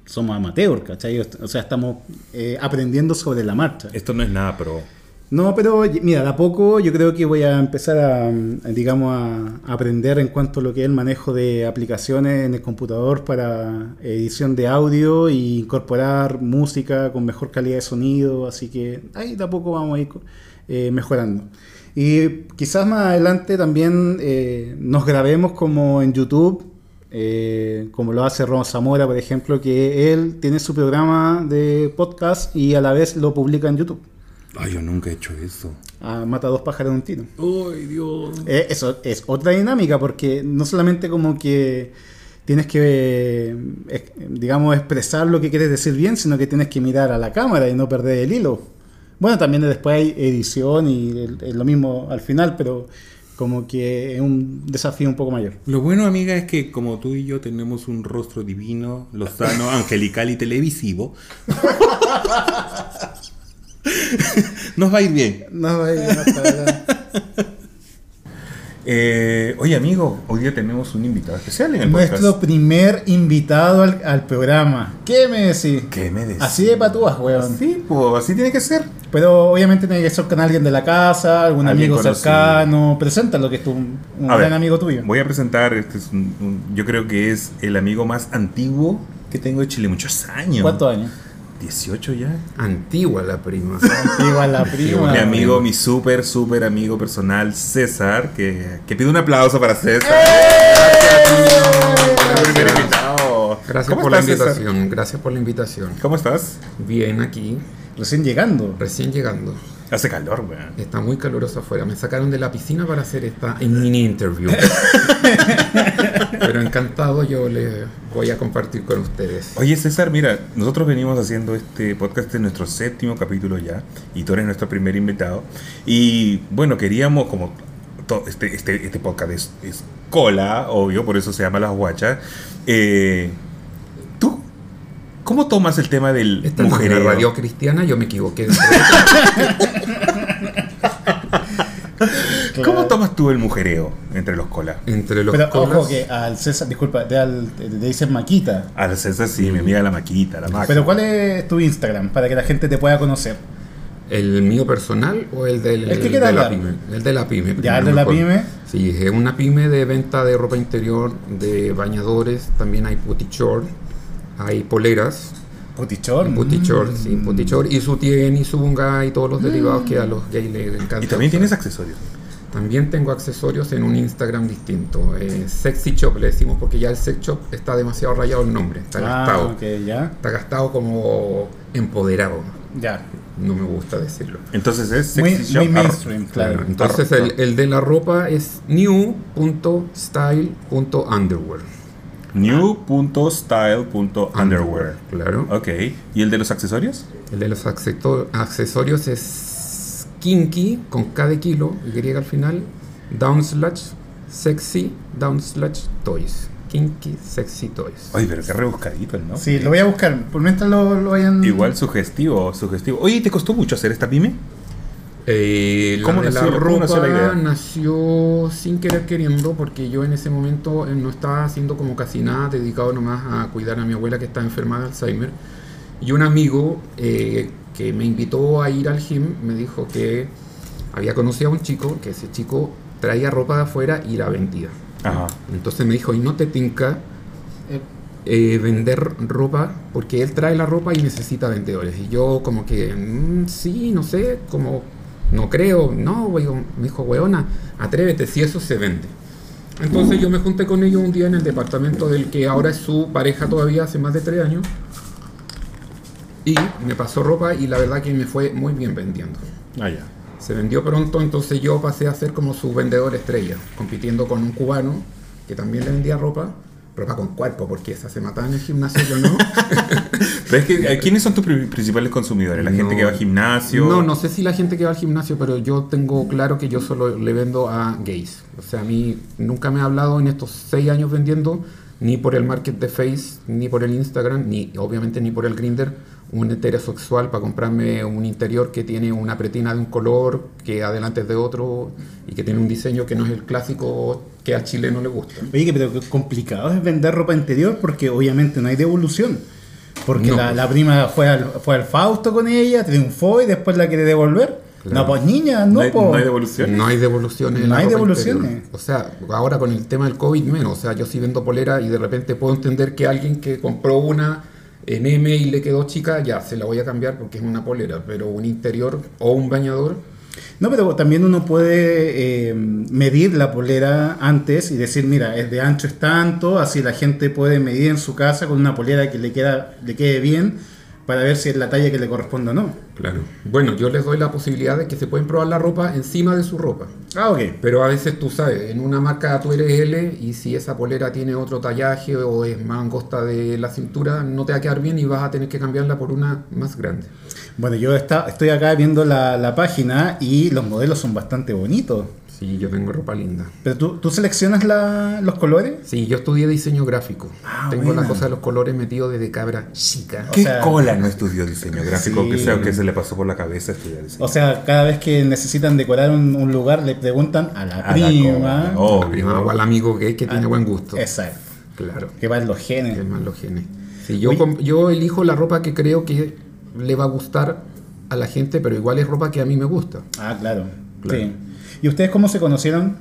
[SPEAKER 2] Somos amateur, ¿cachai? O sea, estamos eh, aprendiendo sobre la marcha.
[SPEAKER 3] Esto no es nada pro.
[SPEAKER 2] No, pero y- mira, de a poco yo creo que voy a empezar a, mm, a, digamos, a, a aprender en cuanto a lo que es el manejo de aplicaciones en el computador para edición de audio e incorporar música con mejor calidad de sonido, así que ahí de a poco vamos a ir co- eh, mejorando. Y quizás más adelante también eh, nos grabemos como en YouTube, eh, como lo hace Ron Zamora, por ejemplo, que él tiene su programa de podcast y a la vez lo publica en YouTube.
[SPEAKER 3] Ay, yo nunca he hecho eso.
[SPEAKER 2] Ah, mata dos pájaros de un tiro.
[SPEAKER 3] Ay, Dios.
[SPEAKER 2] Eh, eso es otra dinámica porque no solamente como que tienes que, eh, ex- digamos, expresar lo que quieres decir bien, sino que tienes que mirar a la cámara y no perder el hilo. Bueno, también después hay edición y el- es lo mismo al final, pero como que es un desafío un poco mayor.
[SPEAKER 3] Lo bueno, amiga, es que como tú y yo tenemos un rostro divino, *laughs* lozano, angelical y televisivo, *laughs* nos va a ir bien.
[SPEAKER 2] No, eh, no, hasta *laughs* ahora.
[SPEAKER 3] Eh, oye, amigo, hoy día tenemos un invitado especial en el
[SPEAKER 2] Nuestro
[SPEAKER 3] podcast.
[SPEAKER 2] primer invitado al, al programa. ¿Qué me decís?
[SPEAKER 3] ¿Qué me decís?
[SPEAKER 2] Así de patúas, weón.
[SPEAKER 3] Sí, pues así tiene que ser.
[SPEAKER 2] Pero obviamente tiene que ser con alguien de la casa, algún
[SPEAKER 3] Alguien
[SPEAKER 2] amigo
[SPEAKER 3] conocido.
[SPEAKER 2] cercano. Preséntalo, que es tu, un
[SPEAKER 3] A
[SPEAKER 2] gran
[SPEAKER 3] ver,
[SPEAKER 2] amigo tuyo.
[SPEAKER 3] Voy a presentar, este es un- un- yo creo que es el amigo más antiguo que tengo de Chile, muchos años.
[SPEAKER 2] ¿Cuántos años?
[SPEAKER 3] 18 ya.
[SPEAKER 5] Antigua la prima.
[SPEAKER 2] Igual la prima.
[SPEAKER 3] Mi amigo, mi súper, súper amigo personal, César, que, que pido un aplauso para César. Gracias, amigo. Primer invitado.
[SPEAKER 5] Gracias
[SPEAKER 3] ¡Eh! ¿Cómo
[SPEAKER 5] por la
[SPEAKER 3] estás, César?
[SPEAKER 5] invitación. Gracias por la invitación.
[SPEAKER 3] ¿Cómo estás?
[SPEAKER 5] Bien aquí,
[SPEAKER 2] Recién llegando.
[SPEAKER 5] recién llegando.
[SPEAKER 3] Hace calor, weón.
[SPEAKER 5] Está muy caluroso afuera. Me sacaron de la piscina para hacer esta mini interview. Pero encantado yo les voy a compartir con ustedes.
[SPEAKER 3] Oye, César, mira, nosotros venimos haciendo este podcast en nuestro séptimo capítulo ya, y tú eres nuestro primer invitado. Y bueno, queríamos, como to- este, este, este podcast es, es cola, obvio, por eso se llama Las Guachas. eh, ¿Tú cómo tomas el tema del
[SPEAKER 5] Esta no es
[SPEAKER 3] mujereo?
[SPEAKER 5] una radio cristiana, yo me equivoqué.
[SPEAKER 3] ¿Cómo tomas tú el mujereo entre los colas?
[SPEAKER 5] Entre los
[SPEAKER 2] Pero ojo
[SPEAKER 5] colas-
[SPEAKER 2] que al César, disculpa, te, al- te dicen Maquita.
[SPEAKER 3] A la César sí, mi amiga la maquita, la maca.
[SPEAKER 2] Pero ¿cuál es tu Instagram para que la gente te pueda conocer?
[SPEAKER 5] ¿El mío personal o el del
[SPEAKER 2] El que
[SPEAKER 5] de
[SPEAKER 2] quieras
[SPEAKER 5] la
[SPEAKER 2] dar.
[SPEAKER 5] pyme? El de la pyme. primero
[SPEAKER 2] el de
[SPEAKER 5] me
[SPEAKER 2] la
[SPEAKER 5] acuerdo.
[SPEAKER 2] pyme.
[SPEAKER 5] Sí, es una pyme de venta de ropa interior, de bañadores, también hay puti short, hay poleras,
[SPEAKER 2] Putichor. Mm.
[SPEAKER 5] puti short, sí, puti short, y su tien y su bunga y todos los derivados que a los gays les encanta.
[SPEAKER 3] Y también
[SPEAKER 5] usar.
[SPEAKER 3] tienes accesorios.
[SPEAKER 5] También tengo accesorios en un Instagram distinto, eh, Sexy Shop le decimos porque ya el Sex Shop está demasiado rayado el nombre, está
[SPEAKER 2] Ah,
[SPEAKER 5] gastado.
[SPEAKER 2] ok, ya.
[SPEAKER 5] Está gastado como empoderado,
[SPEAKER 2] Ya.
[SPEAKER 5] no me gusta decirlo.
[SPEAKER 3] Entonces es
[SPEAKER 2] Muy,
[SPEAKER 3] sexy
[SPEAKER 2] muy
[SPEAKER 3] shop,
[SPEAKER 2] mainstream,
[SPEAKER 5] Claro,
[SPEAKER 2] claro.
[SPEAKER 5] entonces
[SPEAKER 3] Arro-
[SPEAKER 5] el, el de la ropa es new.style.underwear.
[SPEAKER 3] arro- new.style.underwear.
[SPEAKER 5] Claro.
[SPEAKER 3] Ok. ¿Y el de los accesorios?
[SPEAKER 5] El de los acceto- accesorios es kinky con K de kilo, Y al final, down slash sexy, down slash toys. Kinky Sexy Toys.
[SPEAKER 3] Ay, pero qué rebuscadito, ¿no?
[SPEAKER 6] Sí, lo voy a buscar. Por mientras lo, lo vayan.
[SPEAKER 3] Igual sugestivo, sugestivo. Oye, ¿te costó mucho hacer esta pyme?
[SPEAKER 5] Eh,
[SPEAKER 3] ¿Cómo
[SPEAKER 5] la de
[SPEAKER 3] nació-
[SPEAKER 5] la
[SPEAKER 3] cómo
[SPEAKER 5] ropa
[SPEAKER 3] nació la idea?
[SPEAKER 5] nació sin querer queriendo porque yo en ese momento eh, no estaba haciendo como casi nada, dedicado nomás a cuidar a mi abuela que está enferma de Alzheimer. Y un amigo eh, que me invitó a ir al gym me dijo que había conocido a un chico, que ese chico traía ropa de afuera y la vendía.
[SPEAKER 3] Ajá.
[SPEAKER 5] Entonces me dijo, ¿y no te tinca
[SPEAKER 6] Eh,
[SPEAKER 5] eh, vender ropa? Porque él trae la ropa y necesita vendedores. Y yo como que, "Mm, sí, no sé, como no creo, no, güey". me dijo, weona, atrévete, si eso se vende. Entonces yo me junté con ellos un día en el departamento del que ahora es su pareja todavía hace más de tres años. Y me pasó ropa y la verdad que me fue muy bien vendiendo.
[SPEAKER 3] Ah, ya.
[SPEAKER 5] Se vendió pronto, entonces yo pasé a ser como su vendedor estrella, compitiendo con un cubano que también le vendía ropa, ropa con cuerpo, porque esa se mataba en el gimnasio, yo no.
[SPEAKER 3] Pero es que, eh, ¿quiénes son tus pri- principales consumidores? ¿La gente
[SPEAKER 5] No.
[SPEAKER 3] que va al gimnasio?
[SPEAKER 5] No, no sé si la gente que va al gimnasio, pero yo tengo claro que yo solo le vendo a gays. O sea, a mí nunca me ha hablado en estos seis años vendiendo, ni por el market de Face, ni por el Instagram, ni obviamente ni por el Grinder, un heterosexual para comprarme un interior que tiene una pretina de un color, que adelante es de otro, y que tiene un diseño que no es el clásico que al chileno le gusta.
[SPEAKER 2] Oye, que- pero qué complicado es vender ropa interior porque obviamente no hay devolución. Porque
[SPEAKER 5] No,
[SPEAKER 2] la,
[SPEAKER 5] pues.
[SPEAKER 2] la prima fue al, fue al Fausto con ella, triunfó y después la quiere devolver.
[SPEAKER 5] Claro.
[SPEAKER 2] No, pues niña,
[SPEAKER 3] ¿No,
[SPEAKER 2] no,
[SPEAKER 3] hay,
[SPEAKER 2] pues.
[SPEAKER 3] no hay devolución?
[SPEAKER 5] No hay devoluciones. en
[SPEAKER 2] No
[SPEAKER 5] la
[SPEAKER 2] hay
[SPEAKER 5] ropa
[SPEAKER 2] devoluciones.
[SPEAKER 5] interior. O sea, ahora con el tema del COVID menos. O sea, yo sí vendo polera y de repente puedo entender que alguien que compró una en M y le quedó chica, ya se la voy a cambiar porque es una polera. Pero un interior o un bañador,
[SPEAKER 2] No, pero también uno puede eh, medir la polera antes y decir, mira, es de ancho es tanto, así la gente puede medir en su casa con una polera que le, queda, le quede bien para ver si es la talla que le corresponde o no.
[SPEAKER 5] claro. Bueno, yo les doy la posibilidad de que se pueden probar la ropa encima de su ropa.
[SPEAKER 2] Ah, ok.
[SPEAKER 5] Pero a veces tú sabes, en una marca tú eres L y si esa polera tiene otro tallaje o es más angosta de la cintura, no te va a quedar bien y vas a tener que cambiarla por una más grande.
[SPEAKER 2] Bueno, yo está, estoy acá viendo la, la página y los modelos son bastante bonitos.
[SPEAKER 5] Sí, yo tengo ropa linda.
[SPEAKER 2] ¿Pero tú, tú seleccionas la- los colores?
[SPEAKER 5] Sí, yo estudié diseño gráfico.
[SPEAKER 2] Ah,
[SPEAKER 5] Tengo
[SPEAKER 2] buena.
[SPEAKER 5] la cosa de los colores metido desde cabra chica.
[SPEAKER 2] O
[SPEAKER 3] ¿Qué
[SPEAKER 2] sea-
[SPEAKER 3] cola no estudió diseño gráfico
[SPEAKER 2] Sí.
[SPEAKER 3] que, sea, que se le pasó por la cabeza estudiar diseño?
[SPEAKER 2] O sea, cada vez que necesitan decorar un, un lugar, le preguntan a la
[SPEAKER 3] A la oh.
[SPEAKER 2] prima.
[SPEAKER 3] cola, obvio.
[SPEAKER 5] La prima o al amigo gay
[SPEAKER 2] Ah,
[SPEAKER 5] que tiene buen gusto.
[SPEAKER 2] Exacto.
[SPEAKER 5] Claro,
[SPEAKER 2] Que van los genes.
[SPEAKER 5] que es más los genes. Sí, yo,
[SPEAKER 2] Oye.
[SPEAKER 5] com- yo elijo la ropa que creo que le va a gustar a la gente, pero igual es ropa que a mí me gusta.
[SPEAKER 2] Ah, claro.
[SPEAKER 5] Claro.
[SPEAKER 2] Sí. ¿Y ustedes cómo se conocieron?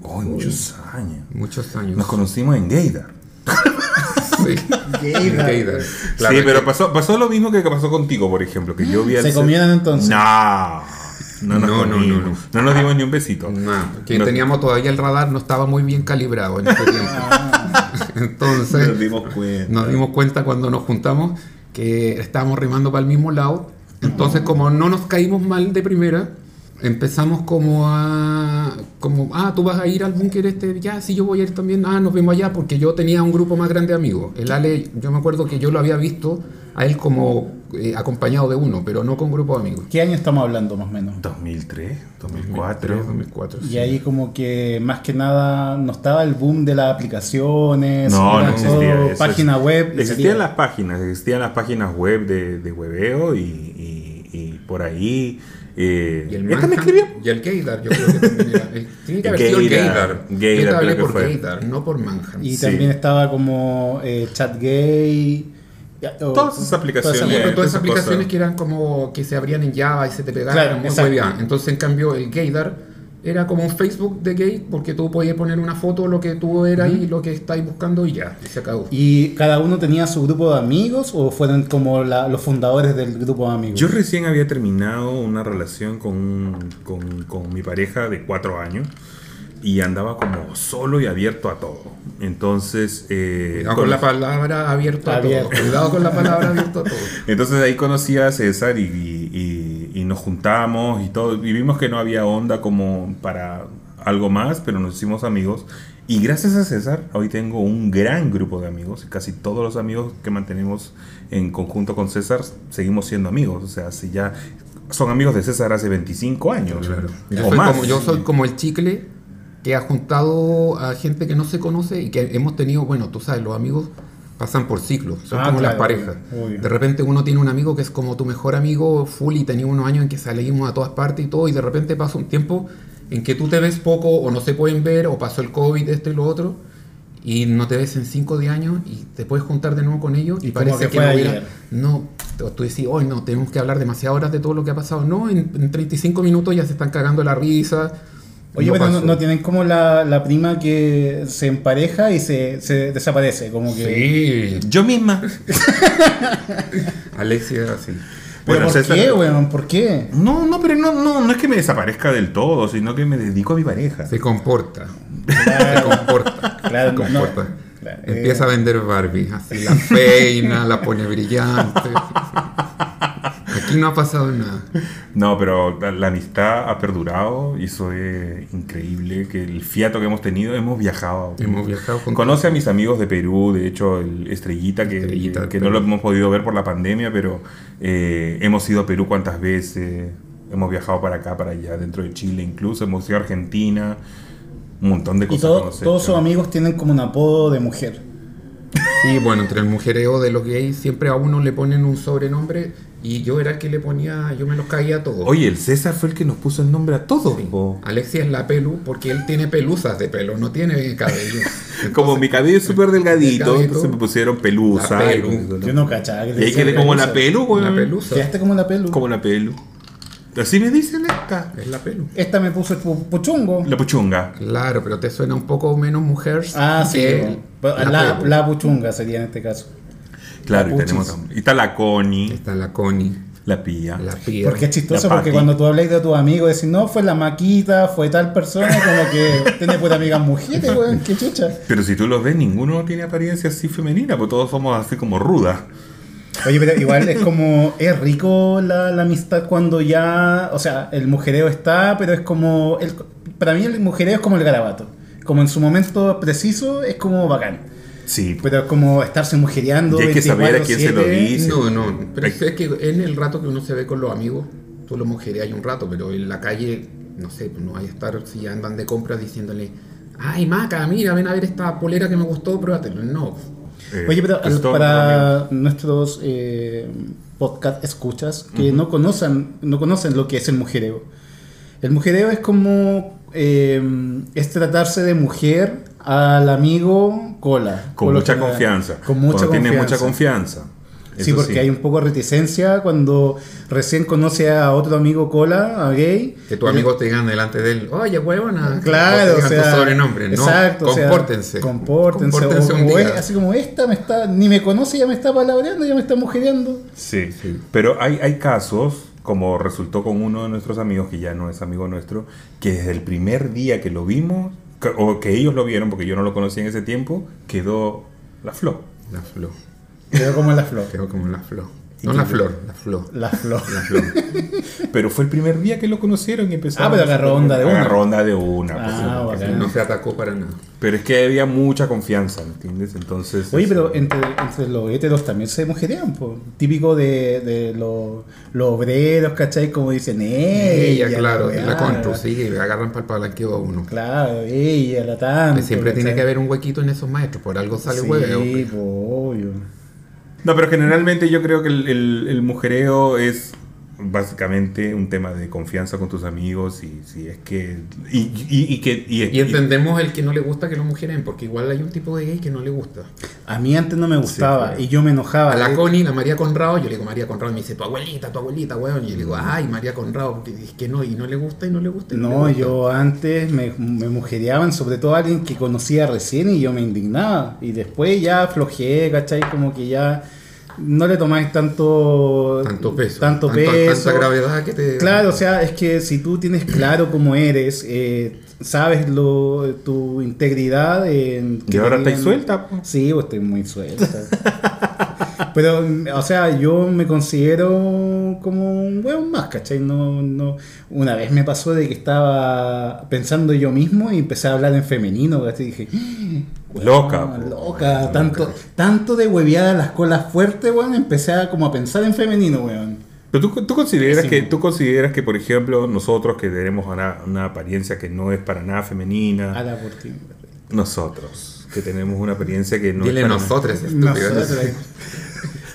[SPEAKER 3] Oh, muchos años.
[SPEAKER 5] Muchos años.
[SPEAKER 3] Nos conocimos en Gaydar.
[SPEAKER 5] Sí.
[SPEAKER 2] *laughs* Gaydar.
[SPEAKER 5] Gaydar.
[SPEAKER 3] sí,
[SPEAKER 5] Claro,
[SPEAKER 3] pero pasó, pasó lo mismo que pasó contigo, por ejemplo, que yo vi al...
[SPEAKER 2] ¿Se comieron entonces?
[SPEAKER 3] No. No, nos
[SPEAKER 5] No, no, no,
[SPEAKER 3] comimos. no,
[SPEAKER 5] no.
[SPEAKER 3] nos dimos ni un besito.
[SPEAKER 5] No, que
[SPEAKER 3] No.
[SPEAKER 5] teníamos todavía el radar, no estaba muy bien calibrado
[SPEAKER 2] *laughs*
[SPEAKER 5] en ese tiempo.
[SPEAKER 2] Ah.
[SPEAKER 5] *laughs* Entonces,
[SPEAKER 4] Nos dimos cuenta.
[SPEAKER 5] nos dimos cuenta cuando nos juntamos que estábamos remando para el mismo lado. Entonces, como no nos caímos mal de primera, empezamos como a. como, ah, tú vas a ir al búnker este, ya, sí, yo voy a ir también, ah, nos vemos allá, porque yo tenía un grupo más grande de amigos. El Ale, yo me acuerdo que yo lo había visto a él como eh, acompañado de uno, pero no con grupo de amigos.
[SPEAKER 2] ¿Qué año estamos hablando más o menos?
[SPEAKER 3] 2003, 2004.
[SPEAKER 5] 2004.
[SPEAKER 2] Y ahí como que más que nada no estaba el boom de las aplicaciones,
[SPEAKER 3] No, no
[SPEAKER 2] era todo
[SPEAKER 3] existía. eso.
[SPEAKER 2] página web. y
[SPEAKER 3] Existían
[SPEAKER 2] salía.
[SPEAKER 3] las páginas, existían las páginas web de, de hueveo y, y- y por ahí. Eh,
[SPEAKER 5] Y el
[SPEAKER 3] ¿Esta me
[SPEAKER 5] Manhattan
[SPEAKER 3] escribió?
[SPEAKER 5] Y el Gaydar, yo creo que también era. *laughs* el- tiene que haber sido el
[SPEAKER 3] Gaydar,
[SPEAKER 5] Gaydar.
[SPEAKER 3] Gaydar,
[SPEAKER 5] Yo te hablé
[SPEAKER 3] creo que
[SPEAKER 5] por
[SPEAKER 3] fue.
[SPEAKER 5] Gaydar, no por Manhattan.
[SPEAKER 2] Y
[SPEAKER 3] Sí.
[SPEAKER 2] también estaba como eh, chat gay. ya, o-
[SPEAKER 3] Todas esas aplicaciones.
[SPEAKER 2] todas esas-
[SPEAKER 5] Bueno, todas
[SPEAKER 3] esas
[SPEAKER 5] esas aplicaciones
[SPEAKER 3] cosas.
[SPEAKER 5] que eran como que se abrían en Java y se te pegaban,
[SPEAKER 2] Claro,
[SPEAKER 5] eran muy
[SPEAKER 2] exacto.
[SPEAKER 5] hueveadas. Entonces, en cambio, el Gaydar era como un Facebook de gay porque tú podías poner una foto, lo que tú eras y lo que estáis buscando y ya, y se acabó.
[SPEAKER 2] ¿Y cada uno tenía su grupo de amigos o fueron como la- los fundadores del grupo de amigos?
[SPEAKER 3] Yo recién había terminado una relación con, un- con, con mi pareja de cuatro años y andaba como solo y abierto a todo. Entonces, eh,
[SPEAKER 5] Cuidado Ah, con la palabra abierta a todo.
[SPEAKER 2] Abierto.
[SPEAKER 5] Cuidado con la palabra abierta a todo.
[SPEAKER 3] Entonces ahí conocí a César y, y- y- y nos juntamos y todo. Y vimos que no había onda como para algo más, pero nos hicimos amigos. Y gracias a César, hoy tengo un gran grupo de amigos. Casi todos los amigos que mantenemos en conjunto con César seguimos siendo amigos. O sea, si ya son amigos de César hace 25 años.
[SPEAKER 5] Claro. Yo,
[SPEAKER 3] O
[SPEAKER 5] soy
[SPEAKER 3] más.
[SPEAKER 5] como, yo soy como el chicle que ha juntado a gente que no se conoce y que hemos tenido, bueno, tú sabes, los amigos pasan por ciclos, son
[SPEAKER 2] Ah,
[SPEAKER 5] como las
[SPEAKER 2] claro,
[SPEAKER 5] parejas.
[SPEAKER 2] obvio.
[SPEAKER 5] De repente uno tiene un amigo que es como tu mejor amigo full y tenía unos años en que salimos a todas partes y todo, y de repente pasa un tiempo en que tú te ves poco o no se pueden ver o pasó el COVID, esto y lo otro. Y no te ves en 5 o 10 años y te puedes juntar de nuevo con ellos y,
[SPEAKER 2] Y como que
[SPEAKER 5] parece que,
[SPEAKER 2] fue
[SPEAKER 5] no
[SPEAKER 2] ayer.
[SPEAKER 5] hubiera- no, tú tú decís, hoy no, tenemos que hablar demasiadas horas de todo lo que ha pasado. No, en, en 35 minutos ya se están cagando la risa.
[SPEAKER 2] Oye,
[SPEAKER 5] No
[SPEAKER 2] pero no,
[SPEAKER 5] pasó.
[SPEAKER 2] no tienen como la, la prima que se empareja y se, se desaparece, como que...
[SPEAKER 5] Sí,
[SPEAKER 3] Yo misma.
[SPEAKER 5] Alexia, sí.
[SPEAKER 2] ¿Pero
[SPEAKER 3] Bueno,
[SPEAKER 2] por
[SPEAKER 3] César-
[SPEAKER 2] qué, weón? ¿Por qué?
[SPEAKER 3] *laughs* No, no, pero no, no, no es que me desaparezca del todo, sino que me dedico a mi pareja.
[SPEAKER 5] Se comporta. Se
[SPEAKER 2] Claro,
[SPEAKER 5] comporta.
[SPEAKER 2] claro,
[SPEAKER 5] se
[SPEAKER 2] no,
[SPEAKER 5] comporta.
[SPEAKER 2] claro, eh,
[SPEAKER 5] Empieza a vender Barbie. Así
[SPEAKER 2] *laughs*
[SPEAKER 5] la peina, la pone brillante. Aquí no ha pasado nada.
[SPEAKER 3] No, pero la, la amistad ha perdurado y eso es increíble. Que el fiato que hemos tenido, hemos viajado.
[SPEAKER 5] Hemos viajado juntos.
[SPEAKER 3] Conoce a mis amigos de Perú, de hecho, el Estrellita, que,
[SPEAKER 5] Estrellita,
[SPEAKER 3] que no
[SPEAKER 5] Perú.
[SPEAKER 3] lo hemos podido ver por la pandemia, pero eh, hemos ido a Perú cuántas veces, hemos viajado para acá, para allá, dentro de Chile incluso, hemos ido a Argentina, un montón de
[SPEAKER 2] Y
[SPEAKER 3] cosas.
[SPEAKER 2] todo-
[SPEAKER 3] conocer,
[SPEAKER 2] todos sus
[SPEAKER 3] claro.
[SPEAKER 2] amigos tienen como un apodo de mujer.
[SPEAKER 5] Sí, bueno, entre el mujereo de los gays siempre a uno le ponen un sobrenombre y yo era el que le ponía, yo me los caía a todos.
[SPEAKER 3] Oye, el César fue el que nos puso el nombre a todos. po.
[SPEAKER 5] Alexia es la pelu porque él tiene pelusas de pelo, no tiene cabello.
[SPEAKER 3] *laughs* Como mi cabello es súper delgadito,
[SPEAKER 5] delgadito.
[SPEAKER 3] entonces me pusieron pelusa.
[SPEAKER 5] La
[SPEAKER 3] y-
[SPEAKER 5] pelu.
[SPEAKER 2] Yo no cachaba.
[SPEAKER 3] Y ahí quedé como la pelu, güey.
[SPEAKER 5] La pelusa.
[SPEAKER 2] Quedaste como la pelu.
[SPEAKER 3] Como la pelu. Así me dicen esta.
[SPEAKER 5] Es la pelu.
[SPEAKER 2] Esta me puso el pu- puchungo.
[SPEAKER 3] La puchunga.
[SPEAKER 5] Claro, pero te suena un poco menos mujer.
[SPEAKER 2] Ah, sí.
[SPEAKER 5] que
[SPEAKER 2] pero-
[SPEAKER 5] la
[SPEAKER 2] la,
[SPEAKER 5] pelu.
[SPEAKER 2] la puchunga sería en este caso.
[SPEAKER 3] Claro, y
[SPEAKER 2] puchis.
[SPEAKER 3] tenemos. Y está la Connie,
[SPEAKER 5] Está la Connie,
[SPEAKER 3] la Pía.
[SPEAKER 5] la pía.
[SPEAKER 2] Ah, Porque es chistoso,
[SPEAKER 3] La
[SPEAKER 2] porque
[SPEAKER 3] Pati.
[SPEAKER 2] cuando tú habláis de tus amigos, decís, no, fue la maquita, fue tal persona, como *laughs* que tenés pues amigas mujeres, weón, qué chucha.
[SPEAKER 3] Pero si tú los ves, ninguno tiene apariencia así femenina, porque todos somos así como rudas.
[SPEAKER 2] Oye, pero igual *laughs* es como, es rico la, la amistad cuando ya, o sea, el mujereo está, pero es como, el, para mí el mujereo es como el garabato. Como en su momento preciso, es como bacán.
[SPEAKER 3] Sí.
[SPEAKER 2] Pero es como estarse mujereando.
[SPEAKER 3] Y hay que saber a quién se lo
[SPEAKER 2] 24/7.
[SPEAKER 3] dice.
[SPEAKER 5] No, no, pero es que en el rato que uno se ve con los amigos, tú lo mujereas un rato, pero en la calle, no sé, pues no hay a estar si andan de compras diciéndole, ay Maca, mira, ven a ver esta polera que me gustó, pruébatelo. No,
[SPEAKER 3] Eh,
[SPEAKER 2] Oye, pero
[SPEAKER 3] pues
[SPEAKER 2] al-
[SPEAKER 3] todos los amigos.
[SPEAKER 2] para nuestros eh, podcast escuchas que no conocen, no conocen lo que es el mujereo. El mujereo es como eh, es tratarse de mujer al amigo cola.
[SPEAKER 3] Con
[SPEAKER 2] por lo
[SPEAKER 3] mucha
[SPEAKER 2] general.
[SPEAKER 3] confianza.
[SPEAKER 2] Con mucha
[SPEAKER 3] Cuando
[SPEAKER 2] confianza.
[SPEAKER 3] Tiene mucha confianza.
[SPEAKER 2] Sí,
[SPEAKER 3] Eso
[SPEAKER 2] porque hay un poco de reticencia cuando recién conoce a otro amigo cola, a gay.
[SPEAKER 5] que tu amigo te digan delante de él, oye huevona,
[SPEAKER 2] Claro,
[SPEAKER 5] o
[SPEAKER 2] o
[SPEAKER 5] te digan
[SPEAKER 2] sea,
[SPEAKER 5] tu sobrenombre, no,
[SPEAKER 2] exacto, o sea,
[SPEAKER 5] compórtense,
[SPEAKER 2] compórtense,
[SPEAKER 5] compórtense
[SPEAKER 2] o-
[SPEAKER 5] un
[SPEAKER 2] o
[SPEAKER 5] día.
[SPEAKER 2] es- así como esta me está, ni me conoce, ya me está palabreando, ya me está mujereando.
[SPEAKER 3] Sí,
[SPEAKER 5] Sí.
[SPEAKER 3] pero hay, hay casos, como resultó con uno de nuestros amigos, que ya no es amigo nuestro, que desde el primer día que lo vimos, que- o que ellos lo vieron, porque yo no lo conocía en ese tiempo, quedó la flor.
[SPEAKER 2] *laughs*
[SPEAKER 5] La flor,
[SPEAKER 2] Quedó como la flor.
[SPEAKER 5] creo como la flor, no la flor, la flor,
[SPEAKER 2] La flor.
[SPEAKER 5] la flor.
[SPEAKER 3] Pero fue el primer día que lo conocieron y empezaron.
[SPEAKER 2] Ah, pero agarró onda de una.
[SPEAKER 3] Agarró onda de una. pues,
[SPEAKER 2] Ah,
[SPEAKER 3] porque-
[SPEAKER 2] bacán.
[SPEAKER 5] No se atacó para nada.
[SPEAKER 3] Pero es que había mucha confianza, ¿me entiendes? Entonces.
[SPEAKER 2] Oye,
[SPEAKER 3] eso-
[SPEAKER 2] pero entre, entre los héteros también se mujerean, po. típico de, de los, los obreros, ¿cachai? Como dicen, ella,
[SPEAKER 5] Ella, claro,
[SPEAKER 2] weá,
[SPEAKER 5] la contro, sí, y agarran para el palanqueo a uno.
[SPEAKER 2] Claro, ella, la tanto.
[SPEAKER 5] Siempre tiene
[SPEAKER 2] ¿cachai?
[SPEAKER 5] que haber un huequito en esos maestros, por algo sale
[SPEAKER 2] sí, pues.
[SPEAKER 5] hueveo.
[SPEAKER 2] po, obvio.
[SPEAKER 3] No, pero generalmente yo creo que el, el- el mujereo es básicamente un tema de confianza con tus amigos y si es que. Y, y- y que. y-
[SPEAKER 5] Y entendemos el que no le gusta que lo mujeren, porque igual hay un tipo de gay que no le gusta.
[SPEAKER 2] A mí antes no me gustaba
[SPEAKER 3] claro.
[SPEAKER 2] y yo me enojaba.
[SPEAKER 5] A la Connie, la María Conrado, yo le digo María Conrado, y me dice tu abuelita, tu abuelita, weón. Y yo le digo, ay, María Conrado, porque es que no, y no le gusta, y no le gusta. y le
[SPEAKER 2] no,
[SPEAKER 5] gusta.
[SPEAKER 2] yo antes me, me mujereaban, sobre todo a alguien que conocía recién y yo me indignaba. Y después ya flojeé, ¿cachai? Como que ya no le tomáis tanto,
[SPEAKER 5] Tanto peso.
[SPEAKER 2] Tanto
[SPEAKER 5] Tanto-
[SPEAKER 2] peso.
[SPEAKER 5] Tanta gravedad que te.
[SPEAKER 2] Claro, o sea, es que si tú tienes claro cómo eres, eh, sabes lo, tu integridad. eh, que
[SPEAKER 3] Y ahora
[SPEAKER 2] te
[SPEAKER 3] estáis
[SPEAKER 2] digan-
[SPEAKER 3] suelta. po.
[SPEAKER 2] Sí, pues, estoy muy suelta. *laughs* Pero, mm, o sea, yo me considero como un hueón más, ¿cachai? No, no. Una vez me pasó de que estaba pensando yo mismo y empecé a hablar en femenino, ¿cachai? Y dije, "Ah, "Hueón,
[SPEAKER 3] Loca, po,
[SPEAKER 2] loca,
[SPEAKER 5] loca.
[SPEAKER 2] tanto, tanto de hueveada las colas fuertes, weón, empecé a como a pensar en femenino, weón.
[SPEAKER 3] Pero tú, tú consideras
[SPEAKER 5] Pésimo.
[SPEAKER 3] que, tú consideras que, por ejemplo, nosotros que tenemos una, una apariencia que no es para nada femenina,
[SPEAKER 2] A la por ti.
[SPEAKER 3] nosotros que tenemos una apariencia que no es
[SPEAKER 5] Dile
[SPEAKER 3] para
[SPEAKER 5] nosotros,
[SPEAKER 6] No
[SPEAKER 5] estúpido.
[SPEAKER 6] sé,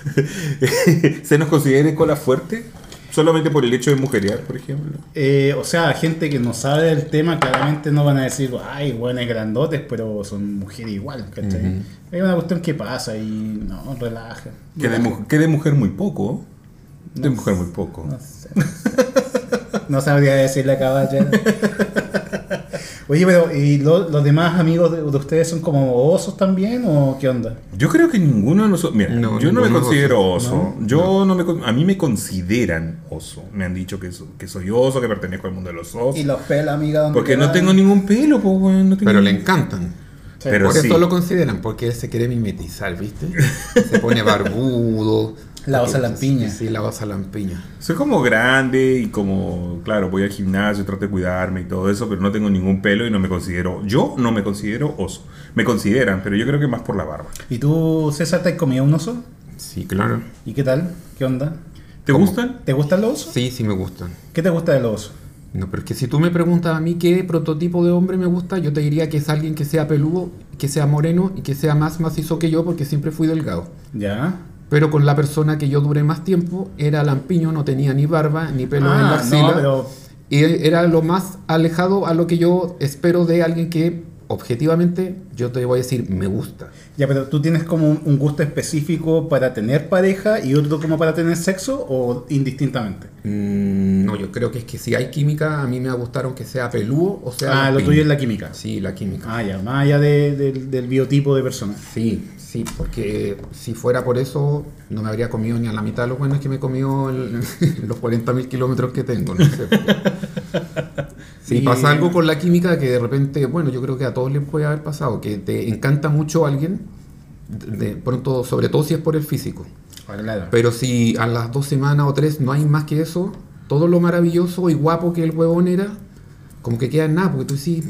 [SPEAKER 3] nada- *laughs* ¿Se nos considera cola fuerte? Solamente por el hecho de mujerear, por ejemplo.
[SPEAKER 2] Eh, o sea, gente que no sabe del tema claramente no van a decir, ay, buenas grandotes, pero son mujeres igual, ¿cachai? Es una cuestión que pasa y no, relaja.
[SPEAKER 3] Que de, mu- que de mujer muy poco. De
[SPEAKER 2] No
[SPEAKER 3] mujer muy poco.
[SPEAKER 2] No sé. No sabría decirle a caballero. Oye, pero ¿y lo- los demás amigos de, de ustedes son como osos también o qué onda?
[SPEAKER 3] Yo creo que ninguno de nosotros. Mira,
[SPEAKER 5] No,
[SPEAKER 3] yo no me
[SPEAKER 5] ninguno de
[SPEAKER 3] considero oso. Yo no me con- a mí me consideran oso. Me han dicho que, so- que soy oso, que pertenezco al mundo de los osos.
[SPEAKER 2] Y los pelos, amiga, ¿dónde
[SPEAKER 3] Porque no
[SPEAKER 2] van?
[SPEAKER 3] tengo ningún pelo, pues, weón, no tengo
[SPEAKER 5] Pero le
[SPEAKER 3] ningún-
[SPEAKER 5] encantan.
[SPEAKER 3] Pero
[SPEAKER 5] Por
[SPEAKER 3] sí.
[SPEAKER 5] eso lo consideran, porque él se quiere mimetizar, ¿viste? Se pone barbudo.
[SPEAKER 2] *laughs* La osa
[SPEAKER 5] Porque-
[SPEAKER 2] lampiña.
[SPEAKER 5] Sí, la osa lampiña.
[SPEAKER 3] Soy como grande y como, claro, voy al gimnasio, trato de cuidarme y todo eso, pero no tengo ningún pelo y no me considero, yo no me considero oso. Me consideran, pero yo creo que más por la barba.
[SPEAKER 2] ¿Y tú, César, te has comido un oso?
[SPEAKER 5] Sí, claro.
[SPEAKER 2] ¿Y qué tal? ¿Qué onda?
[SPEAKER 3] ¿Te
[SPEAKER 5] ¿Cómo?
[SPEAKER 3] gustan?
[SPEAKER 2] ¿Te gustan los osos?
[SPEAKER 5] Sí, sí me gustan.
[SPEAKER 2] ¿Qué te gusta de los osos?
[SPEAKER 5] No, pero es que si tú me preguntas a mí qué prototipo de hombre me gusta, yo te diría que es alguien que sea peludo, que sea moreno y que sea más macizo que yo porque siempre fui delgado.
[SPEAKER 2] ¿Ya?
[SPEAKER 5] Pero con la persona que yo duré más tiempo era lampiño, no tenía ni barba ni pelo en la
[SPEAKER 2] Ah,
[SPEAKER 5] axila.
[SPEAKER 2] no, pero
[SPEAKER 5] Y era lo más alejado a lo que yo espero de alguien que objetivamente yo te voy a decir me gusta.
[SPEAKER 2] Ya, pero tú tienes como un un gusto específico para tener pareja y otro como para tener sexo o indistintamente.
[SPEAKER 5] Mm, no, yo creo que es que si hay química, a mí me va a gustar aunque sea peludo o sea...
[SPEAKER 2] ah, lo
[SPEAKER 5] lampiño.
[SPEAKER 2] tuyo es la química.
[SPEAKER 5] Sí, la química.
[SPEAKER 2] Ah, ya, más allá de- del- del biotipo de persona.
[SPEAKER 5] Sí, sí, porque si fuera por eso, no me habría comido ni a la mitad de lo bueno que me comió el- los 40.000 kilómetros que tengo. No sé. Si
[SPEAKER 2] Y-
[SPEAKER 5] pasa algo con la química que de repente, bueno, yo creo que a todos les puede haber pasado, que te encanta mucho alguien, de de pronto, sobre todo si es por el físico.
[SPEAKER 2] Ah, claro.
[SPEAKER 5] Pero si a las dos semanas o tres no hay más que eso, todo lo maravilloso y guapo que el huevón era, como que queda en nada, porque tú sí,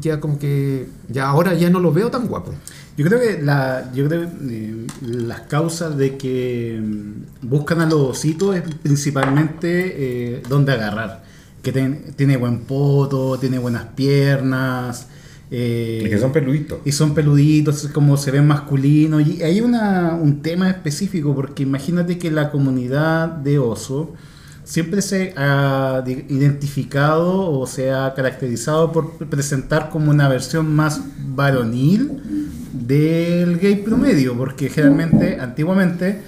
[SPEAKER 5] ya como que, ya ahora ya no lo veo tan guapo.
[SPEAKER 2] Yo creo que la, yo creo, eh, las causas de que mm, buscan a los ositos es principalmente eh, dónde agarrar. Que ten- tiene buen poto, tiene buenas piernas. eh,
[SPEAKER 3] Y que son peluditos.
[SPEAKER 2] y son peluditos, como se ven masculinos. Y hay una, un tema específico, porque imagínate que la comunidad de oso siempre se ha di- identificado o se ha caracterizado por presentar como una versión más varonil del gay promedio, porque generalmente, antiguamente,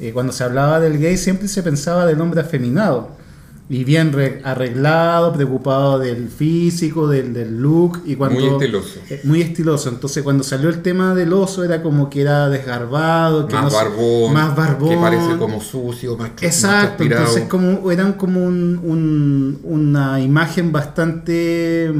[SPEAKER 2] eh, cuando se hablaba del gay siempre se pensaba del hombre afeminado. Y bien re- arreglado, preocupado del físico, del, del look. Y cuando,
[SPEAKER 5] Muy estiloso.
[SPEAKER 2] eh, muy estiloso. Entonces, cuando salió el tema del oso, era como que era desgarbado, que
[SPEAKER 5] más
[SPEAKER 2] no se-
[SPEAKER 5] barbón,
[SPEAKER 2] más barbón.
[SPEAKER 5] que parece como sucio, más chu- más
[SPEAKER 2] Exacto,
[SPEAKER 5] transpirado.
[SPEAKER 2] entonces como eran como un- un- una imagen bastante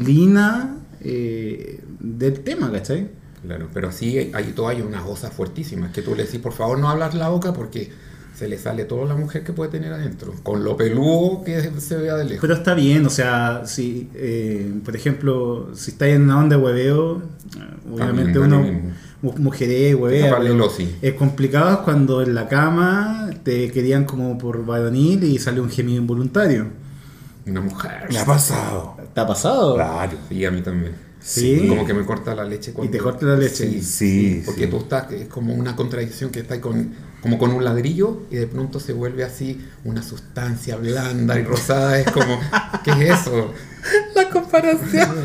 [SPEAKER 2] masculina eh, del tema, ¿cachai?
[SPEAKER 5] Claro, pero así hay, hay- todo hay unas cosas fuertísimas que tú le decís, por favor, no hablar la boca porque se le sale toda la mujer que puede tener adentro, con lo peludo que se vea de lejos.
[SPEAKER 2] Pero está bien, o sea, si, eh, por ejemplo, si estáis en una onda de hueveo, eh, obviamente
[SPEAKER 5] da lo
[SPEAKER 2] uno
[SPEAKER 5] mismo.
[SPEAKER 2] mu- mujeré, huevea.
[SPEAKER 5] Taparle
[SPEAKER 2] pero
[SPEAKER 5] el osi.
[SPEAKER 2] Es complicado es cuando en la cama te querían como por varonil y sale un gemido involuntario.
[SPEAKER 5] Una mujer.
[SPEAKER 3] Me ha pasado.
[SPEAKER 2] ¿Te ha pasado?
[SPEAKER 3] Claro.
[SPEAKER 5] Sí, a mí también.
[SPEAKER 2] Sí.
[SPEAKER 5] Como que me corta la leche. cuando-
[SPEAKER 2] te corta la leche.
[SPEAKER 5] Sí,
[SPEAKER 3] Sí,
[SPEAKER 5] sí, Porque
[SPEAKER 3] sí.
[SPEAKER 5] tú estás, es como una contradicción que está ahí con, como con un ladrillo y de pronto se vuelve así una sustancia blanda y rosada. Es como, ¿qué es eso?
[SPEAKER 2] La comparación.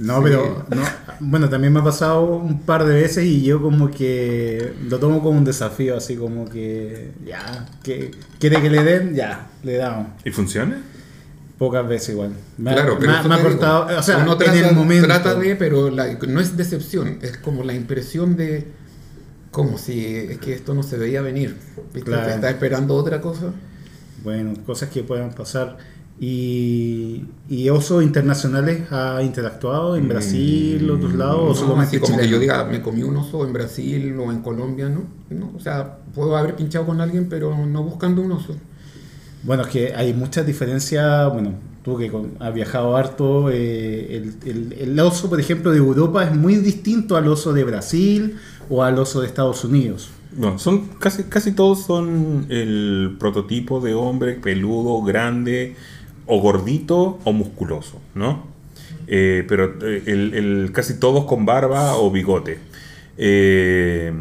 [SPEAKER 2] No,
[SPEAKER 5] Sí.
[SPEAKER 2] pero no, bueno, también me ha pasado un par de veces y yo como que lo tomo como un desafío, así como que ya, que quiere que le den, ya, le damos.
[SPEAKER 3] ¿Y funciona?
[SPEAKER 2] Pocas veces igual. Me, ha-
[SPEAKER 5] Claro, pero
[SPEAKER 2] me, ha-
[SPEAKER 5] eso
[SPEAKER 2] me ha
[SPEAKER 5] te digo,
[SPEAKER 2] cortado, o sea,
[SPEAKER 5] uno trata,
[SPEAKER 2] en el momento.
[SPEAKER 5] trata de, pero la- no es decepción, es como la impresión de como si es que esto no se veía venir. ¿Viste?
[SPEAKER 2] Claro.
[SPEAKER 5] Te estás esperando otra cosa.
[SPEAKER 2] Bueno, cosas que puedan pasar. Y, y osos internacionales ha interactuado en Brasil, otros lados, o
[SPEAKER 5] Mm, No,
[SPEAKER 2] solamente
[SPEAKER 5] así como que
[SPEAKER 2] chileno?
[SPEAKER 5] yo diga, me comí un oso en Brasil o en Colombia, ¿no? No, O sea, puedo haber pinchado con alguien, pero no buscando un oso.
[SPEAKER 2] Bueno, es que hay muchas diferencias. Bueno, tú que con- has viajado harto, eh, el, el- el oso, por ejemplo, de Europa es muy distinto al oso de Brasil o al oso de Estados Unidos.
[SPEAKER 3] No, son casi, casi todos son el prototipo de hombre peludo, grande, o gordito o musculoso, ¿no? Eh, pero eh, el, el- casi todos con barba o bigote. Eh,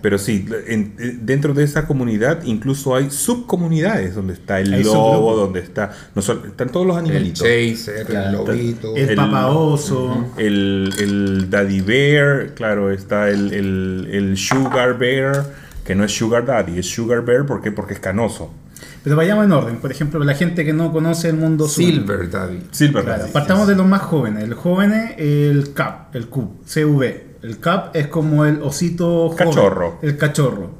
[SPEAKER 3] pero sí, en- eh, dentro de esa comunidad incluso hay subcomunidades donde está el
[SPEAKER 2] Hay
[SPEAKER 3] lobo,
[SPEAKER 2] subgrupos.
[SPEAKER 3] donde está. No, sol- están todos los
[SPEAKER 5] El
[SPEAKER 3] animalitos.
[SPEAKER 5] chaser, el
[SPEAKER 3] Claro.
[SPEAKER 5] lobito.
[SPEAKER 2] El,
[SPEAKER 3] El-
[SPEAKER 2] papaoso.
[SPEAKER 3] El, el Daddy Bear, claro, está el, el- el Sugar Bear, que no es Sugar Daddy, es Sugar Bear ¿por qué? porque es canoso.
[SPEAKER 2] Pero vayamos en orden. Por ejemplo, la gente que no conoce el mundo sur.
[SPEAKER 5] Silver Daddy.
[SPEAKER 3] Silver
[SPEAKER 2] Claro,
[SPEAKER 3] Daddy.
[SPEAKER 2] partamos de los más jóvenes. El joven es el CAP, el CUB, CV. El CAP es como el osito joven,
[SPEAKER 3] Cachorro.
[SPEAKER 2] El cachorro.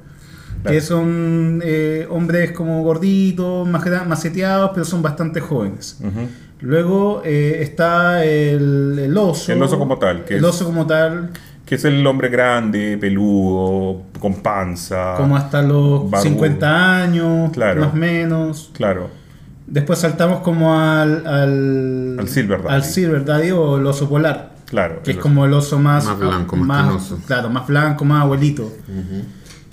[SPEAKER 3] Claro.
[SPEAKER 2] Que son eh, hombres como gorditos, más gra- maceteados, pero son bastante jóvenes.
[SPEAKER 3] Ujú.
[SPEAKER 2] Luego eh, está el, el oso.
[SPEAKER 3] El oso como tal, que
[SPEAKER 2] el
[SPEAKER 3] es-
[SPEAKER 2] oso como tal,
[SPEAKER 3] Que es el hombre grande, peludo, con panza.
[SPEAKER 2] como hasta los
[SPEAKER 3] Ah, barbudo.
[SPEAKER 2] 50 años,
[SPEAKER 3] Claro.
[SPEAKER 2] más o menos.
[SPEAKER 3] Claro.
[SPEAKER 2] Después saltamos como al, al,
[SPEAKER 3] Al Silver Daddy.
[SPEAKER 2] al Silver Daddy o el oso polar.
[SPEAKER 3] Claro.
[SPEAKER 2] Que es
[SPEAKER 3] El-
[SPEAKER 2] como el oso más,
[SPEAKER 5] Más blanco, más canoso.
[SPEAKER 2] Claro, más blanco, más abuelito.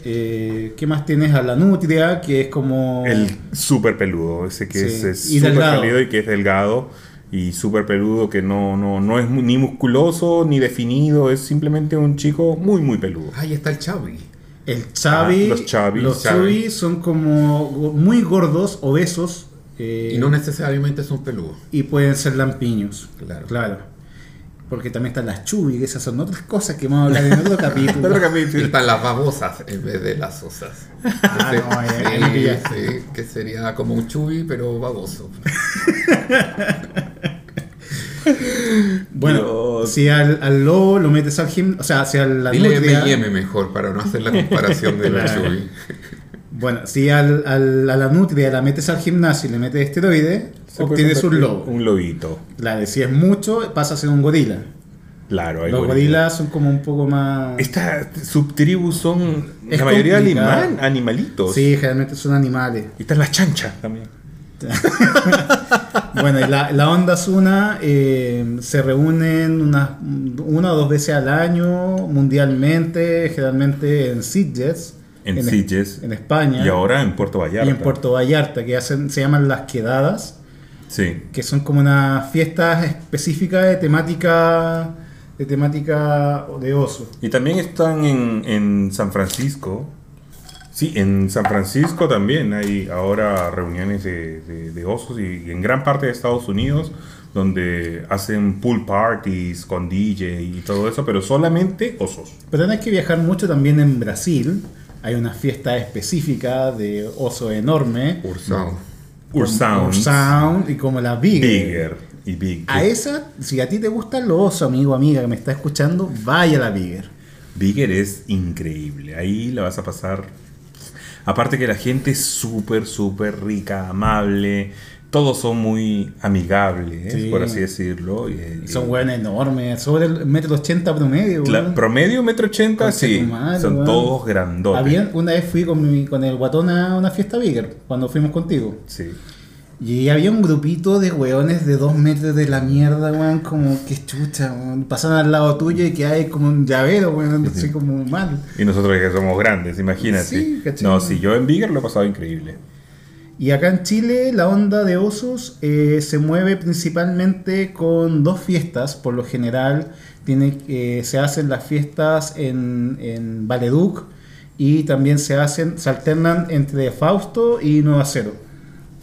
[SPEAKER 2] Eh, ¿Qué más tienes? A la nutria, que es como.
[SPEAKER 3] El súper peludo, ese que es-
[SPEAKER 2] Sí,
[SPEAKER 3] es
[SPEAKER 2] y
[SPEAKER 3] súper
[SPEAKER 2] delgado.
[SPEAKER 3] peludo y que es delgado y súper peludo que no, no, no es mu- ni musculoso ni definido, es simplemente un chico muy, muy peludo.
[SPEAKER 5] Ahí está el Chavi.
[SPEAKER 2] el chavi.
[SPEAKER 3] Ah, los chavis,
[SPEAKER 2] los
[SPEAKER 3] chavi.
[SPEAKER 2] chavis son como go- muy gordos, obesos. eh,
[SPEAKER 5] Y no necesariamente son peludos.
[SPEAKER 2] y pueden ser lampiños.
[SPEAKER 5] Claro.
[SPEAKER 2] Porque también están las chubis, que esas son otras cosas que vamos a hablar en otro capítulo.
[SPEAKER 5] Están las babosas en vez de las osas.
[SPEAKER 2] *laughs* Ah, no, eh, ahí me
[SPEAKER 5] Sí,
[SPEAKER 2] pillaste.
[SPEAKER 5] sí, que sería como un chubi, pero baboso.
[SPEAKER 2] Bueno,
[SPEAKER 3] Dios.
[SPEAKER 2] si al, al lobo lo metes al gimnasio, o sea, si a la
[SPEAKER 5] Dile
[SPEAKER 2] nutria-
[SPEAKER 5] M&M mejor para no hacer la comparación de la
[SPEAKER 2] *laughs* Claro.
[SPEAKER 5] chubi.
[SPEAKER 2] Bueno, si al, al- a la nutria la metes al gimnasio y le metes esteroides,
[SPEAKER 3] Se puede
[SPEAKER 2] obtienes un
[SPEAKER 3] convertir
[SPEAKER 2] lobo.
[SPEAKER 3] Un lobito.
[SPEAKER 2] Claro, y si es mucho, pasa a ser un gorila.
[SPEAKER 3] Claro, hay
[SPEAKER 2] Los
[SPEAKER 3] gorila.
[SPEAKER 2] gorilas son como un poco más...
[SPEAKER 3] Esta subtribu son
[SPEAKER 2] Es
[SPEAKER 3] la mayoría
[SPEAKER 2] complicado.
[SPEAKER 3] animal- animalitos.
[SPEAKER 2] Sí, generalmente son animales.
[SPEAKER 3] Y están las chanchas también.
[SPEAKER 2] Bueno, y la, la onda Suna eh, se reúnen unas, una o dos veces al año mundialmente, generalmente en Sitges.
[SPEAKER 3] En Sitges.
[SPEAKER 2] En España.
[SPEAKER 3] Y ahora en Puerto
[SPEAKER 2] y
[SPEAKER 3] Vallarta.
[SPEAKER 2] en Puerto Vallarta, que hacen, se llaman las quedadas,
[SPEAKER 3] Sí.
[SPEAKER 2] que son como unas fiestas específicas de temática de temática de oso.
[SPEAKER 3] Y también están en, en San Francisco. Sí, en San Francisco también hay ahora reuniones de, de- de osos y, y en gran parte de Estados Unidos donde hacen pool parties con DJ y todo eso, pero solamente osos.
[SPEAKER 2] Pero no hay que viajar mucho también en Brasil. Hay una fiesta específica de oso enorme.
[SPEAKER 5] Ursao.
[SPEAKER 3] Ursound,
[SPEAKER 2] Sound y como la Big.
[SPEAKER 3] Bigger y Big.
[SPEAKER 2] A esa, si a ti te gustan los osos, amigo, amiga, que me está escuchando, vaya a la Bigger.
[SPEAKER 3] Bigger es increíble. Ahí la vas a pasar. Aparte que la gente es súper, súper rica, amable. Todos son muy amigables,
[SPEAKER 2] Sí.
[SPEAKER 3] por así decirlo. y- eh, y-
[SPEAKER 2] Son hueones enormes, sobre el metro ochenta promedio.
[SPEAKER 3] Cla-
[SPEAKER 2] weón.
[SPEAKER 3] promedio metro ochenta,
[SPEAKER 2] Concha
[SPEAKER 3] sí.
[SPEAKER 2] tu madre,
[SPEAKER 3] son
[SPEAKER 2] weón.
[SPEAKER 3] todos grandotes.
[SPEAKER 2] Habían- una vez fui con, mi- con el guatón a una fiesta Bigger, cuando fuimos contigo.
[SPEAKER 3] Sí.
[SPEAKER 2] Y había un grupito de hueones de dos metros de la mierda, weón, como que chucha, weón. Pasan al lado tuyo y que hay como un llavero, weón, así como mal.
[SPEAKER 3] Y nosotros que somos grandes, imagínate.
[SPEAKER 2] Sí, cachai.
[SPEAKER 3] no, sí, yo en Bigger lo he pasado increíble.
[SPEAKER 2] Y acá en Chile la onda de osos eh, se mueve principalmente con dos fiestas, por lo general tiene, eh, se hacen las fiestas en, en Valeduc y también se hacen, se alternan entre Fausto y Nueva Cero,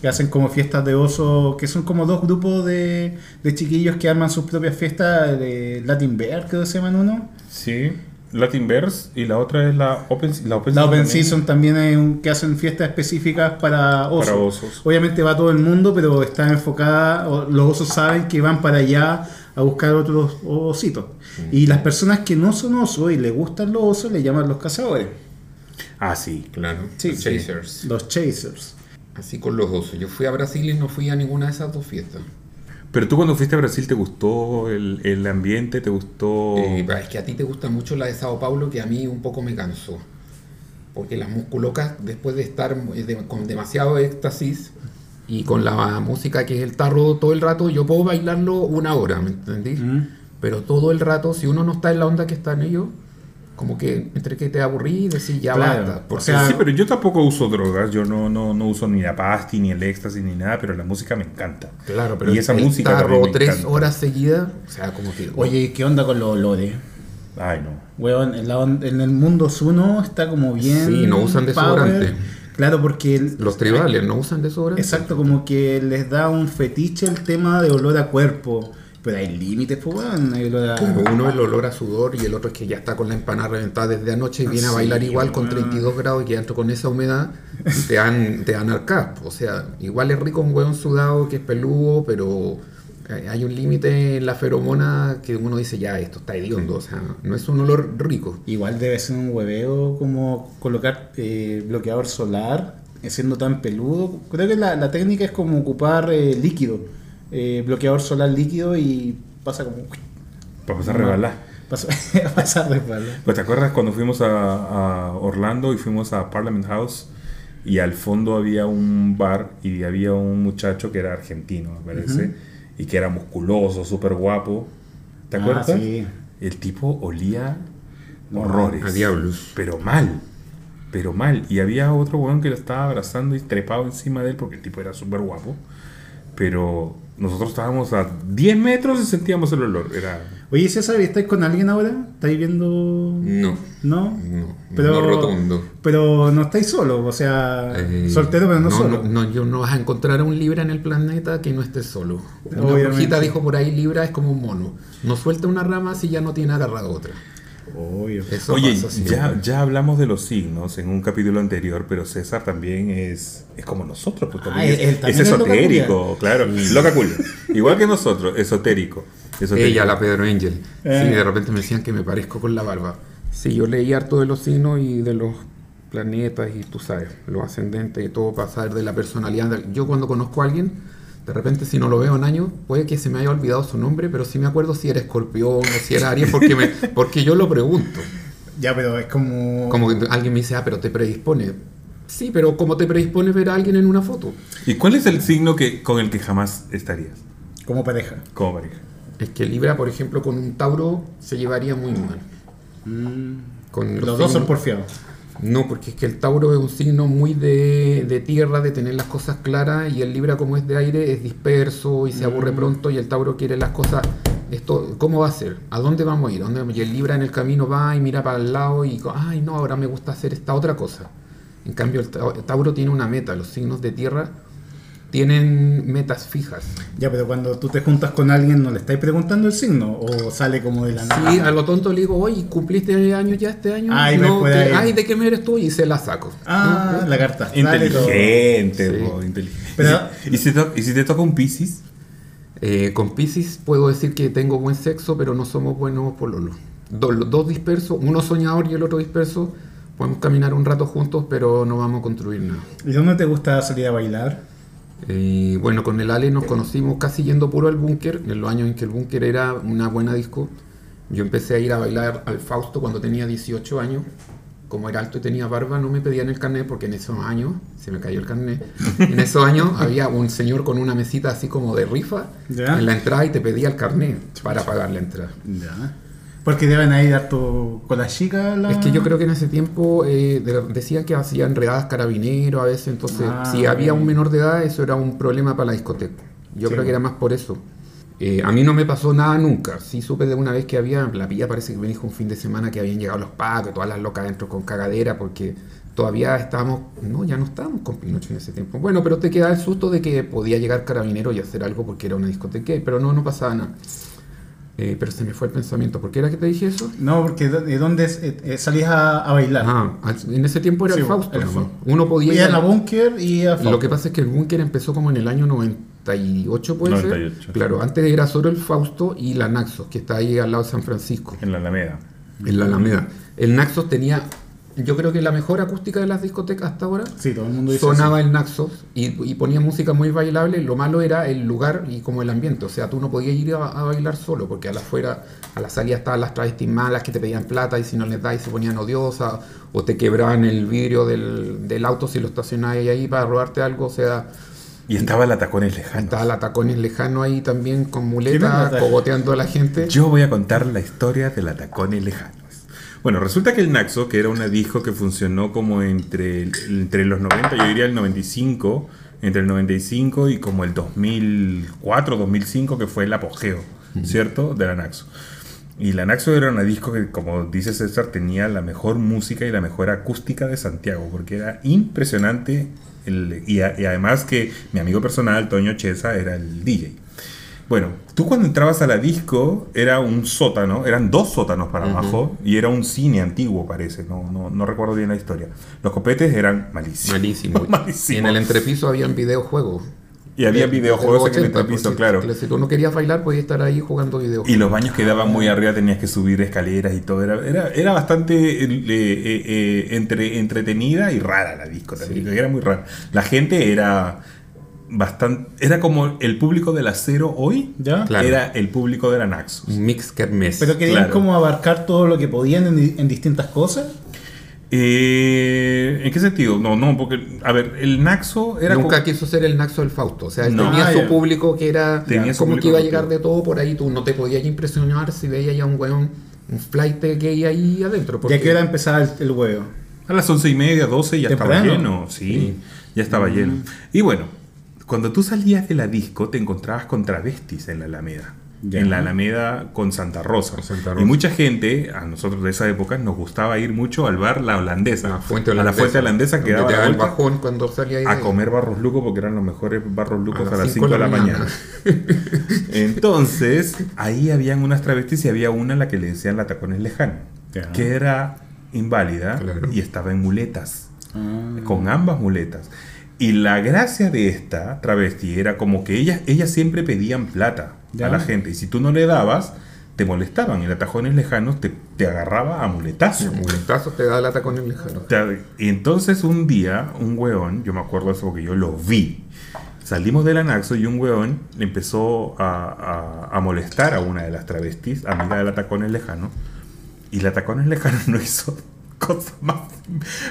[SPEAKER 2] que hacen como fiestas de osos, que son como dos grupos de, de chiquillos que arman sus propias fiestas, eh, de Latin Bear creo que se llaman uno.
[SPEAKER 3] Sí. Latin Bears y la otra es la Open, la open
[SPEAKER 2] La Open
[SPEAKER 3] también.
[SPEAKER 2] Season también es un- que hacen fiestas específicas para osos.
[SPEAKER 3] Para osos.
[SPEAKER 2] Obviamente va todo el mundo, pero está enfocada, o- los osos saben que van para allá a buscar otros ositos.
[SPEAKER 5] Mm.
[SPEAKER 2] Y las personas que no son osos y les gustan los osos, le llaman los cazadores,
[SPEAKER 3] Ah, sí.
[SPEAKER 5] Claro.
[SPEAKER 2] Sí,
[SPEAKER 5] los
[SPEAKER 2] sí.
[SPEAKER 5] Chasers.
[SPEAKER 2] los chasers.
[SPEAKER 5] Así con los osos. Yo fui a Brasil y no fui a ninguna de esas dos fiestas.
[SPEAKER 3] Pero tú cuando fuiste a Brasil, ¿te gustó el, el ambiente? ¿Te gustó...?
[SPEAKER 5] Eh, pero es que a ti te gusta mucho la de Sao Paulo, que a mí un poco me cansó. Porque las musculocas, después de estar eh, de- con demasiado éxtasis y con la música que es el tarro todo el rato, yo puedo Mm. bailarlo una hora, ¿me entendí? Pero todo el rato, si uno no está en la onda que están ellos, Como que entre que te aburrí y decís, ya
[SPEAKER 2] Claro,
[SPEAKER 5] basta.
[SPEAKER 2] o
[SPEAKER 5] Porque
[SPEAKER 2] sea,
[SPEAKER 3] sí, pero yo tampoco uso drogas. Yo no, no, no uso ni la pasti, ni el éxtasis, ni nada, pero la música me encanta.
[SPEAKER 5] Claro, pero
[SPEAKER 3] y esa
[SPEAKER 5] el
[SPEAKER 3] música
[SPEAKER 5] tarro
[SPEAKER 3] también me
[SPEAKER 5] tres
[SPEAKER 3] encanta.
[SPEAKER 5] horas seguidas, o sea, como que...
[SPEAKER 6] Oye, ¿qué onda con los olores?
[SPEAKER 3] Ay, no.
[SPEAKER 2] Weón, en, la on- en el mundo Zuno está como bien.
[SPEAKER 5] Sí, no usan
[SPEAKER 2] power.
[SPEAKER 5] desodorante.
[SPEAKER 2] Claro, porque. el-
[SPEAKER 5] los tribales no usan desodorante.
[SPEAKER 2] Exacto, como que les da un fetiche el tema de olor a cuerpo. Pero hay límites, pues, weón. Hay olor a.
[SPEAKER 5] Como uno el olor a sudor y el otro es que ya está con la empanada reventada desde anoche y viene a
[SPEAKER 2] Ah, Sí,
[SPEAKER 5] bailar igual con
[SPEAKER 2] weón.
[SPEAKER 5] 32 grados y quedan con esa humedad, te dan, te dan al cap. O sea, igual es rico un hueón sudado que es peludo, pero eh, hay hay un límite en la feromona que uno dice, ya, esto está hediondo. O sea, no es un olor rico.
[SPEAKER 2] Igual debe ser un hueveo como colocar eh, bloqueador solar eh, siendo tan peludo. Creo que la, la técnica es como ocupar eh, líquido, eh, bloqueador solar líquido y pasa como...
[SPEAKER 3] Para pasar a rebalar.
[SPEAKER 2] Pasa, *laughs* pasa a resbalar.
[SPEAKER 3] Pues te acuerdas cuando fuimos a, a Orlando y fuimos a Parliament House y al fondo había un bar y había un muchacho que era argentino, me parece, y que era musculoso, súper guapo. ¿Te
[SPEAKER 2] Ah,
[SPEAKER 3] acuerdas?
[SPEAKER 2] sí.
[SPEAKER 3] El tipo olía horrores.
[SPEAKER 5] a diablos.
[SPEAKER 3] Pero mal. Pero mal. Y había otro weón que lo estaba abrazando y trepado encima de él porque el tipo era súper guapo. Pero nosotros estábamos a 10 metros y sentíamos el olor. Era.
[SPEAKER 2] Oye, César, ¿y ¿estáis con alguien ahora? ¿Estáis viendo...?
[SPEAKER 3] Eh,
[SPEAKER 5] No,
[SPEAKER 2] ¿No?
[SPEAKER 5] no,
[SPEAKER 2] Pero-
[SPEAKER 5] no rotundo.
[SPEAKER 2] Pero no estáis solo, o sea,
[SPEAKER 5] Eh,
[SPEAKER 2] soltero pero no, solo.
[SPEAKER 5] No, yo no vas a encontrar a un Libra en el planeta que no esté solo. Una
[SPEAKER 2] Obviamente.
[SPEAKER 5] brujita dijo por ahí, Libra es como un mono. No suelta una rama si ya no tiene agarrada otra.
[SPEAKER 2] Obvio.
[SPEAKER 5] Eso
[SPEAKER 3] Oye,
[SPEAKER 5] pasa siempre.
[SPEAKER 3] ya, ya hablamos de los signos en un capítulo anterior, pero César también es, es como nosotros, pues también
[SPEAKER 2] Ah,
[SPEAKER 3] es,
[SPEAKER 2] él- él también
[SPEAKER 3] es
[SPEAKER 2] es loca
[SPEAKER 3] esotérico, claro, loca culia. Igual que nosotros, esotérico. esotérico.
[SPEAKER 5] Ella, la Pedro Angel.
[SPEAKER 2] Eh.
[SPEAKER 5] Sí, de repente me decían que me parezco con la barba. Sí, yo leí harto de los signos y de los planetas y tú sabes, los ascendentes y todo para saber de la personalidad. de- Yo cuando conozco a alguien, de repente si no lo veo en años, puede que se me haya olvidado su nombre, pero sí me acuerdo si era escorpión o si era aries porque, me, porque yo lo pregunto.
[SPEAKER 2] Ya, pero es como...
[SPEAKER 5] Como que alguien me dice, ah, pero te predispone. Sí, pero como te predispone ver a alguien en una foto?
[SPEAKER 3] ¿Y cuál es el signo que, con el que jamás estarías
[SPEAKER 2] Como pareja.
[SPEAKER 3] como pareja?
[SPEAKER 5] Es que Libra, por ejemplo, con un Tauro se llevaría muy mal. Con
[SPEAKER 2] Mm. Los, dos son
[SPEAKER 5] signos-
[SPEAKER 2] porfiados.
[SPEAKER 5] No, porque es que el Tauro es un signo muy de, de tierra, de tener las cosas claras, y el Libra, como es de aire, es disperso y se aburre
[SPEAKER 2] Mm.
[SPEAKER 5] pronto, y el Tauro quiere las cosas. Esto, ¿Cómo va a ser? ¿A dónde vamos a ir? ¿A dónde vamos? Y el Libra en el camino va y mira para el lado y, co- ay, no, ahora me gusta hacer esta otra cosa. En cambio, el Tau- el Tauro tiene una meta, los signos de tierra tienen metas fijas.
[SPEAKER 2] Ya, pero cuando tú te juntas con alguien, ¿no le estáis preguntando el signo? ¿O sale como de la nada?
[SPEAKER 5] Sí, a lo tonto le digo, oye, ¿cumpliste años ya este año?
[SPEAKER 2] Ay, me
[SPEAKER 5] No,
[SPEAKER 2] puede
[SPEAKER 5] te-
[SPEAKER 2] ir.
[SPEAKER 5] ay, ¿de qué me eres tú? Y se la saco.
[SPEAKER 2] Ah, la carta astral y todo.
[SPEAKER 3] Inteligente,
[SPEAKER 5] Sí.
[SPEAKER 3] po, inteligente.
[SPEAKER 2] Pero-
[SPEAKER 3] ¿Y, si to- y si te toca un Piscis?
[SPEAKER 5] Eh, con Pisces puedo decir que tengo buen sexo, pero no somos buenos pololos. Do- los dos dispersos, uno soñador y el otro disperso, podemos caminar un rato juntos, pero no vamos a construir nada.
[SPEAKER 2] ¿Y dónde te gusta salir a bailar?
[SPEAKER 5] Eh, bueno, con el Ale nos conocimos casi yendo puro al búnker, en los años en que el búnker era una buena disco. Yo empecé a ir a bailar al Fausto cuando tenía 18 años. Como era alto y tenía barba, no me pedían el carnet porque en esos años, se me cayó el carnet, en esos años había un señor con una mesita así como de rifa
[SPEAKER 2] Ya.
[SPEAKER 5] en la entrada y te pedía el carnet para pagar la entrada.
[SPEAKER 2] Ya. Porque deben ahí harto con las chicas. la-
[SPEAKER 5] Es que yo creo que en ese tiempo eh, de- decía que hacían redadas carabineros a veces, entonces
[SPEAKER 2] Ah,
[SPEAKER 5] si había
[SPEAKER 2] ok.
[SPEAKER 5] un menor de edad eso era un problema para la discoteca. Yo
[SPEAKER 2] Sí.
[SPEAKER 5] creo que era más por eso. Eh, a mí no me pasó nada nunca. Sí supe de una vez que había, la pilla parece que me dijo un fin de semana que habían llegado los pacos, todas las locas dentro con cagadera, porque todavía estábamos, no, ya no estábamos con Pinocho en ese tiempo. Bueno, pero te queda el susto de que podía llegar carabinero y hacer algo porque era una discoteca, pero no, no pasaba nada. Eh, pero se me fue el pensamiento. ¿Por qué era que te dije eso?
[SPEAKER 2] No, porque do- ¿de dónde es- eh, eh, salías a, a bailar?
[SPEAKER 5] Ajá, al- en ese tiempo era
[SPEAKER 2] Sí,
[SPEAKER 5] el Fausto.
[SPEAKER 2] el
[SPEAKER 5] nomás.
[SPEAKER 2] Fausto.
[SPEAKER 5] Uno podía
[SPEAKER 2] Voy
[SPEAKER 5] ir
[SPEAKER 2] a la
[SPEAKER 5] al-
[SPEAKER 2] búnker y a
[SPEAKER 5] Lo que pasa es que el búnker empezó como en el año 98, puede
[SPEAKER 3] 98.
[SPEAKER 5] ser. Claro, antes era solo el Fausto y la Naxos, que está ahí al lado de San Francisco,
[SPEAKER 3] En la Alameda.
[SPEAKER 5] en la Alameda. El Naxos tenía, yo creo que la mejor acústica de las discotecas hasta ahora.
[SPEAKER 2] Sí, todo el mundo dice
[SPEAKER 5] Sonaba el Naxos y, y ponía música muy bailable. Lo malo era el lugar y como el ambiente. O sea, tú no podías ir a, a bailar solo porque a la afuera, a la salida estaban las travestis malas que te pedían plata y si no les dais se ponían odiosas o te quebraban el vidrio del, del auto si lo estacionabas ahí para robarte algo. O sea,
[SPEAKER 3] Y estaba la tacones lejano.
[SPEAKER 5] estaba la tacones lejano ahí también con
[SPEAKER 2] ¿Quién es la
[SPEAKER 5] muleta
[SPEAKER 2] Ta-
[SPEAKER 5] cogoteando a la gente.
[SPEAKER 3] Yo voy a contar la historia de la tacones lejanos. Bueno, resulta que el Naxo, que era una disco que funcionó como entre, el- entre los 90, yo diría el 95, entre el 95 y como el 2004, 2005, que fue el apogeo, ¿cierto? De la Naxo. Y la Naxo era una disco que, como dice César, tenía la mejor música y la mejor acústica de Santiago, porque era impresionante. el- y, a- y además que mi amigo personal, Toño Chesa, era el DJ. Bueno, tú cuando entrabas a la disco era un sótano, eran dos sótanos para abajo y era un cine antiguo, parece, no, no, no recuerdo bien la historia. Los copetes eran malísimos.
[SPEAKER 5] Malísimo.
[SPEAKER 3] Malísimo.
[SPEAKER 5] Y en el entrepiso habían videojuegos.
[SPEAKER 3] Y había
[SPEAKER 5] De- desde
[SPEAKER 3] videojuegos
[SPEAKER 5] los
[SPEAKER 3] en el
[SPEAKER 5] 80,
[SPEAKER 3] entrepiso,
[SPEAKER 5] porque
[SPEAKER 3] claro.
[SPEAKER 5] Si tú no querías bailar, podías estar ahí jugando videojuegos.
[SPEAKER 3] Y los baños quedaban muy arriba, tenías que subir escaleras y todo. Era, era, era bastante eh, eh, eh, entre, entretenida y rara la disco también. Era muy rara. La gente era bastante. Era como el público del acero hoy.
[SPEAKER 2] ¿Ya?
[SPEAKER 5] Claro.
[SPEAKER 3] Era el público del Anaxus.
[SPEAKER 5] Un mix kermés.
[SPEAKER 2] Pero querían
[SPEAKER 3] Claro.
[SPEAKER 2] como abarcar todo lo que podían en, en distintas cosas.
[SPEAKER 3] Eh, ¿En qué sentido? No, no, porque, a ver, el Naxo era
[SPEAKER 5] Nunca
[SPEAKER 3] como-
[SPEAKER 5] quiso ser el Naxo del Fausto. O sea, él
[SPEAKER 3] No.
[SPEAKER 5] tenía
[SPEAKER 2] Ah,
[SPEAKER 5] su
[SPEAKER 2] ya.
[SPEAKER 5] público que era
[SPEAKER 3] Tenía su
[SPEAKER 5] como
[SPEAKER 3] público
[SPEAKER 5] que iba a
[SPEAKER 3] que-
[SPEAKER 5] llegar de todo por ahí. Tú no te podías impresionar si veías ya un weón, un flight gay ahí adentro.
[SPEAKER 2] Ya que ahora empezaba el, el huevo.
[SPEAKER 3] a las once y media, doce ya estaba
[SPEAKER 2] Temprano.
[SPEAKER 3] lleno, sí, ya estaba lleno. Y bueno, cuando tú salías de la disco te encontrabas con travestis en la Alameda.
[SPEAKER 2] Ya.
[SPEAKER 3] En la Alameda con Santa Rosa.
[SPEAKER 5] Con Santa
[SPEAKER 3] Y
[SPEAKER 5] Rosa.
[SPEAKER 3] mucha gente, a nosotros de esa época, nos gustaba ir mucho al bar La Holandesa.
[SPEAKER 5] la fuente
[SPEAKER 3] a la fuente holandesa que
[SPEAKER 5] donde
[SPEAKER 3] daba
[SPEAKER 5] te
[SPEAKER 3] la
[SPEAKER 5] daba el
[SPEAKER 3] vuelta
[SPEAKER 5] bajón cuando salía ahí
[SPEAKER 3] a
[SPEAKER 5] de-
[SPEAKER 3] comer barros lucos porque eran los mejores barros lucos a, las
[SPEAKER 5] cinco
[SPEAKER 3] 5 de la mañana. Entonces, ahí habían unas travestis y había una a la que le decían la tacones lejana,
[SPEAKER 2] Ya.
[SPEAKER 3] que era inválida
[SPEAKER 5] Claro.
[SPEAKER 3] y estaba en muletas, con ambas muletas. Y la gracia de esta travesti era como que ellas, ellas siempre pedían plata
[SPEAKER 2] Ya.
[SPEAKER 3] a la gente y si tú no le dabas, te molestaban y la tacones lejanos te, te agarraba a muletazos.
[SPEAKER 5] Muletazo te da lata con el lejano.
[SPEAKER 3] Ta- Y entonces un día, un weón, yo me acuerdo de eso porque yo lo vi. Salimos del anaxo y un weón le empezó a, a- a molestar a una de las travestis, amiga de la Tacones Lejano. Y la Tacones Lejano *laughs* no hizo cosa más,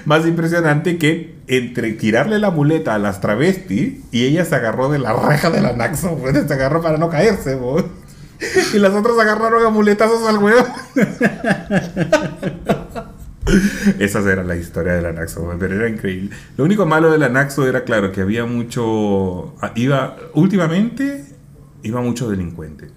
[SPEAKER 3] más impresionante que entre tirarle la muleta a las travestis y ella se agarró de la reja del anaxo, *laughs* weón, se agarró para no caerse, weón. Y las otras agarraron a muletazos al weón. Esas eran las historias del Anaxo, güey, pero era increíble. Lo único malo del Anaxo era, claro, que había mucho. ah, Iba, últimamente, iba mucho delincuente.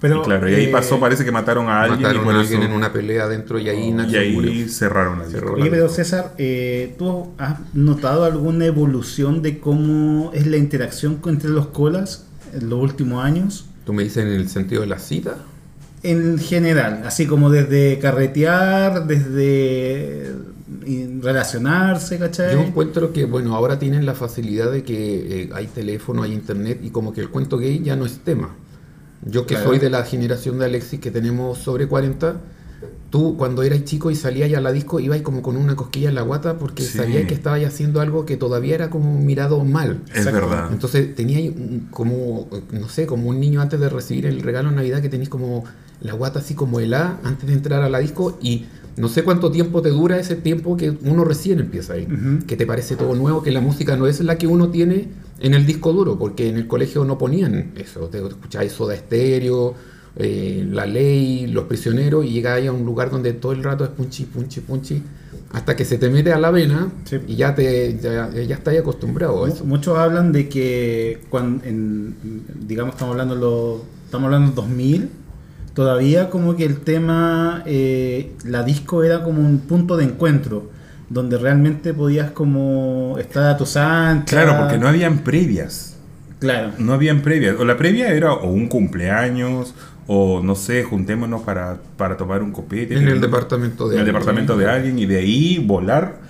[SPEAKER 2] Pero,
[SPEAKER 3] y claro, y ahí
[SPEAKER 2] eh,
[SPEAKER 3] pasó, parece que mataron a alguien y
[SPEAKER 5] Mataron
[SPEAKER 3] por
[SPEAKER 5] a
[SPEAKER 3] eso- Oh,
[SPEAKER 5] alguien en una pelea adentro y ahí Naxo
[SPEAKER 3] y ahí
[SPEAKER 5] murió.
[SPEAKER 3] cerraron la disco.
[SPEAKER 5] Cerró
[SPEAKER 2] Oye, pero César, eh, ¿tú has notado alguna evolución de cómo es la interacción con- entre los colas en los últimos años?
[SPEAKER 5] ¿Tú me dices en el sentido de la cita?
[SPEAKER 2] En general, así como desde carretear, desde eh, relacionarse, ¿cachai?
[SPEAKER 5] Yo encuentro que, bueno, ahora tienen la facilidad de que eh, hay teléfono, hay internet y como que el cuento gay ya no es tema. Yo que
[SPEAKER 2] Claro.
[SPEAKER 5] soy de la generación de Alexis que tenemos sobre 40, tú cuando eras chico y salías ya a la disco ibas como con una cosquilla en la guata porque
[SPEAKER 3] Sí.
[SPEAKER 5] sabías que estabas haciendo algo que todavía era como mirado mal.
[SPEAKER 3] Es
[SPEAKER 2] Ah.
[SPEAKER 3] verdad.
[SPEAKER 5] Entonces tenía ahí un- como, eh, no sé, como un niño antes de recibir el regalo de Navidad que tenés como la guata así como helada antes de entrar a la disco y no sé cuánto tiempo te dura ese tiempo que uno recién empieza ahí,
[SPEAKER 2] Ujú.
[SPEAKER 5] que te parece todo nuevo, que la música no es la que uno tiene en el disco duro, porque en el colegio no ponían eso, te escucháis Soda Estéreo, eh, La Ley, Los Prisioneros y llegáis a un lugar donde todo el rato es punchi, punchi, punchi, hasta que se te mete a la vena
[SPEAKER 2] Sí.
[SPEAKER 5] y ya, te, ya, ya estás acostumbrado a
[SPEAKER 2] Mu-
[SPEAKER 5] eso.
[SPEAKER 2] Pues, Muchos hablan de que, cuando, en, digamos, estamos hablando de los, estamos hablando de 2000, todavía como que el tema, eh, la disco era como un punto de encuentro, donde realmente podías como estar a tus anchas.
[SPEAKER 3] Claro, porque no habían previas.
[SPEAKER 2] Claro.
[SPEAKER 3] No habían previas. O la previa era o un cumpleaños, o no sé, juntémonos para, para tomar un copete.
[SPEAKER 5] En el
[SPEAKER 3] Pero-
[SPEAKER 5] departamento de
[SPEAKER 3] Eh, en el
[SPEAKER 5] arte.
[SPEAKER 3] departamento de alguien y de ahí volar,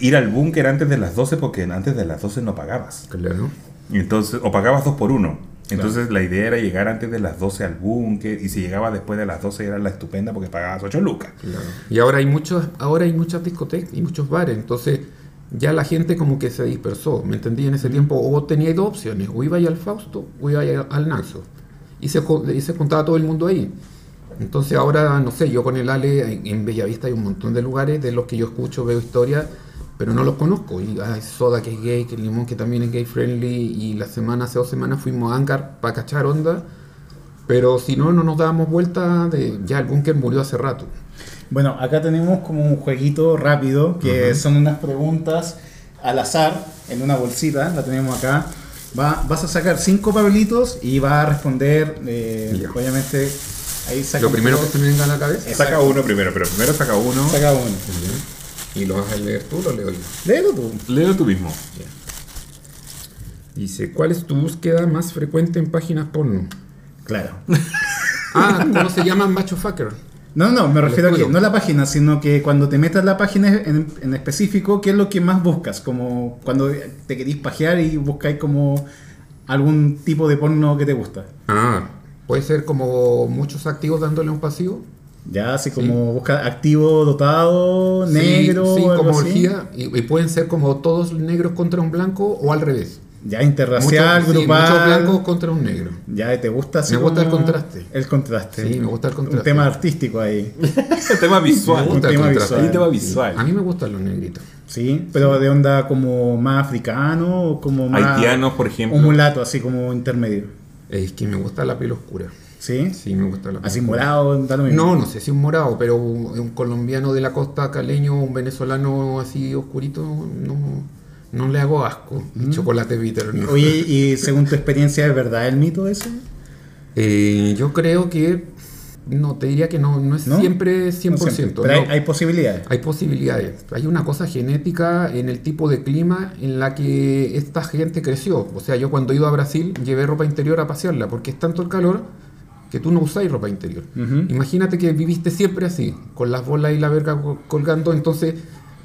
[SPEAKER 3] ir al búnker antes de las 12 porque antes de las 12 no pagabas.
[SPEAKER 5] Claro.
[SPEAKER 3] Entonces, o pagabas dos por uno. Entonces la idea era llegar antes de las 12 al búnker y si llegaba después de las 12 era la estupenda porque pagabas 8 lucas.
[SPEAKER 5] Claro. Y ahora hay muchos, ahora hay muchas discotecas y muchos bares, entonces ya la gente como que se dispersó, ¿me entendí? En ese tiempo o vos tenías dos opciones, o ibas al Fausto o ibas al- al Naxo. Y se, jo- y se juntaba todo el mundo ahí. Entonces ahora, no sé, yo con el Ale en- en Bellavista hay un montón de lugares de los que yo escucho, veo historias, pero no los conozco. Y ah, hay Soda que es gay, que Limón que también es gay friendly, y la semana, hace dos semanas fuimos a Angar para cachar onda, pero si no, no nos dábamos vuelta de, ya el búnker murió hace rato.
[SPEAKER 2] Bueno, acá tenemos como un jueguito rápido que son unas preguntas al azar en una bolsita, la tenemos acá. Va- vas a sacar cinco papelitos y vas a responder, eh,
[SPEAKER 5] Ya.
[SPEAKER 2] obviamente, ahí saca
[SPEAKER 5] Lo
[SPEAKER 2] un
[SPEAKER 5] primero que
[SPEAKER 2] poco-
[SPEAKER 5] se me venga a la cabeza.
[SPEAKER 3] Saca uno primero, pero primero saca uno.
[SPEAKER 2] saca uno.
[SPEAKER 5] ¿Y lo vas a leer tú o lo leo yo?
[SPEAKER 2] Léelo tú.
[SPEAKER 3] Léelo tú mismo.
[SPEAKER 5] Dice, ¿cuál es tu búsqueda más frecuente en páginas porno?
[SPEAKER 2] Claro.
[SPEAKER 5] Ah, ¿cómo se llama macho fucker?
[SPEAKER 2] *laughs* No, no, me refiero a que
[SPEAKER 5] estudio.
[SPEAKER 2] no la página, sino que cuando te metas la página en, en específico, ¿qué es lo que más buscas? Como cuando te querís pajear y buscáis como algún tipo de porno que te gusta.
[SPEAKER 5] Ah, puede ser como muchos activos dándole un pasivo.
[SPEAKER 2] Ya, así como busca activo, dotado,
[SPEAKER 5] Sí,
[SPEAKER 2] negro,
[SPEAKER 5] sí,
[SPEAKER 2] algo
[SPEAKER 5] como
[SPEAKER 2] así.
[SPEAKER 5] orgía. Y, y pueden ser como todos negros contra un blanco o al revés.
[SPEAKER 2] Ya interracial,
[SPEAKER 5] Muchos- sí, muchos
[SPEAKER 2] grupal.
[SPEAKER 5] blancos contra un negro.
[SPEAKER 2] ya, te gusta así
[SPEAKER 5] Me gusta el
[SPEAKER 2] como-
[SPEAKER 5] contraste.
[SPEAKER 2] El contraste.
[SPEAKER 5] Sí, me gusta el
[SPEAKER 2] Un
[SPEAKER 5] contraste.
[SPEAKER 2] tema artístico
[SPEAKER 5] *laughs*
[SPEAKER 2] ahí.
[SPEAKER 3] El Este tema visual.
[SPEAKER 5] Me gusta el
[SPEAKER 2] tema
[SPEAKER 5] contraste.
[SPEAKER 2] visual.
[SPEAKER 3] El tema
[SPEAKER 5] A
[SPEAKER 3] visual.
[SPEAKER 5] mí me gustan los negritos.
[SPEAKER 2] Sí, pero de onda como más africano o como más...
[SPEAKER 3] Haitianos, por ejemplo.
[SPEAKER 2] Un mulato, así como intermedio.
[SPEAKER 5] Es que me gusta la piel oscura.
[SPEAKER 2] ¿Sí?
[SPEAKER 5] Sí, me gusta la piel
[SPEAKER 2] Así
[SPEAKER 5] oscura.
[SPEAKER 2] morado, da lo mismo.
[SPEAKER 5] No, no sé si un morado, pero un, un colombiano de la costa caleño, un venezolano así oscurito, no, no le hago asco. Chocolate bitter. no.
[SPEAKER 2] Mm. Oye, y según tu experiencia, ¿es verdad el mito eso?
[SPEAKER 5] Eh, yo creo que, no, te diría que no, no es
[SPEAKER 2] ¿No?
[SPEAKER 5] siempre
[SPEAKER 2] No
[SPEAKER 5] 100%.
[SPEAKER 2] siempre, pero hay,
[SPEAKER 5] no.
[SPEAKER 2] hay posibilidades.
[SPEAKER 5] Hay posibilidades. Hay una cosa genética en el tipo de clima en la que esta gente creció. O sea, yo cuando he ido a Brasil llevé ropa interior a pasearla, porque es tanto el calor que tú no usáis ropa interior.
[SPEAKER 2] Ujú.
[SPEAKER 5] Imagínate que viviste siempre así, con las bolas y la verga co- colgando, entonces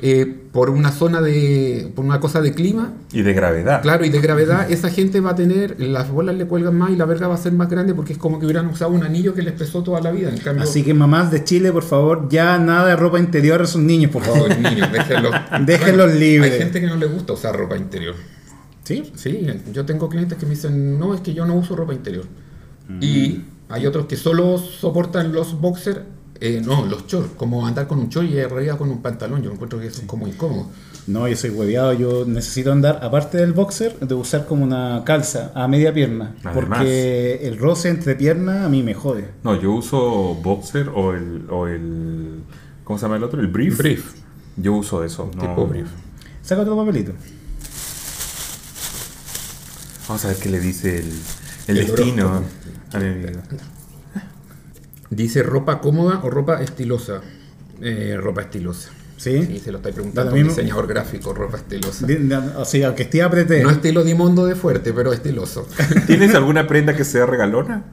[SPEAKER 5] eh, por una zona de, por una cosa de clima,
[SPEAKER 3] Y de gravedad.
[SPEAKER 5] claro, y de gravedad, esa gente va a tener, las bolas le cuelgan más y la verga va a ser más grande porque es como que hubieran usado un anillo que les pesó toda la vida. En cambio,
[SPEAKER 2] Así que mamás de Chile, por favor, ya nada de ropa interior a sus niños, por
[SPEAKER 5] *laughs*
[SPEAKER 2] favor.
[SPEAKER 5] Por niños, déjenlos,
[SPEAKER 2] *laughs* Déjenlos libres.
[SPEAKER 5] Hay gente que no le gusta usar ropa interior.
[SPEAKER 2] ¿Sí?
[SPEAKER 5] Sí, yo tengo clientes que me dicen, no, es que yo no uso ropa interior. Y hay otros que solo soportan los boxers, eh, no, los shorts, como andar con un short y arriba con un pantalón. Yo encuentro que eso es como incómodo.
[SPEAKER 2] No, yo soy hueveado, yo necesito andar, aparte del boxer, de usar como una calza a media pierna.
[SPEAKER 3] Además.
[SPEAKER 2] Porque el roce entre pierna a mí me jode.
[SPEAKER 3] No, yo uso boxer o el, o el. ¿Cómo se llama el otro? El brief.
[SPEAKER 5] Brief.
[SPEAKER 3] Yo uso eso. no-
[SPEAKER 5] Tipo brief.
[SPEAKER 2] Saca otro papelito.
[SPEAKER 3] Vamos a ver qué le dice el, el
[SPEAKER 5] El
[SPEAKER 3] destino a mi amigo.
[SPEAKER 5] Dice ropa cómoda o ropa estilosa. Eh, ropa estilosa.
[SPEAKER 2] ¿Sí?
[SPEAKER 5] Sí, se lo estoy
[SPEAKER 2] Da
[SPEAKER 5] preguntando a
[SPEAKER 2] lo
[SPEAKER 5] un
[SPEAKER 2] mismo.
[SPEAKER 5] diseñador gráfico, ropa estilosa.
[SPEAKER 2] Di- na- O sea, aunque esté apreté.
[SPEAKER 5] No estilo Dimondo de fuerte, pero estiloso. *laughs*
[SPEAKER 3] ¿Tienes alguna prenda que sea regalona?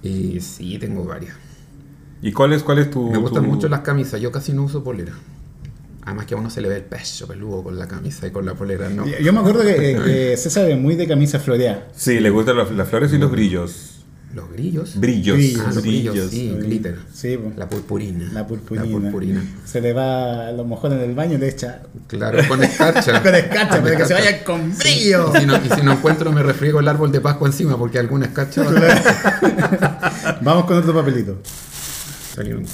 [SPEAKER 5] y sí, tengo varias.
[SPEAKER 3] ¿Y cuál es, cuál es tu.?
[SPEAKER 5] Me gustan
[SPEAKER 3] tu-
[SPEAKER 5] mucho las camisas, yo casi no uso polera. Además que a uno se le ve el pecho peludo con la camisa y con la polera, ¿no?
[SPEAKER 2] Yo me acuerdo que,
[SPEAKER 5] *laughs*
[SPEAKER 2] que César es muy de camisa floreada.
[SPEAKER 3] Sí, le gustan las, las flores y los grillos.
[SPEAKER 5] Los grillos.
[SPEAKER 3] Brillos.
[SPEAKER 2] Brillos.
[SPEAKER 5] Ah, los brillos,
[SPEAKER 3] brillos.
[SPEAKER 5] sí, glitter.
[SPEAKER 2] Sí, po.
[SPEAKER 5] La purpurina.
[SPEAKER 2] La purpurina.
[SPEAKER 5] La purpurina.
[SPEAKER 2] Se le va a lo mejor en el baño y le echa
[SPEAKER 5] Claro, con
[SPEAKER 2] *laughs*
[SPEAKER 5] escarcha.
[SPEAKER 2] con escarcha para que se vaya con brillo.
[SPEAKER 5] Y si, no, y si no encuentro, me refriego el árbol de Pascua encima porque alguna escarcha va a
[SPEAKER 2] Vamos con otro papelito.
[SPEAKER 5] Salieron.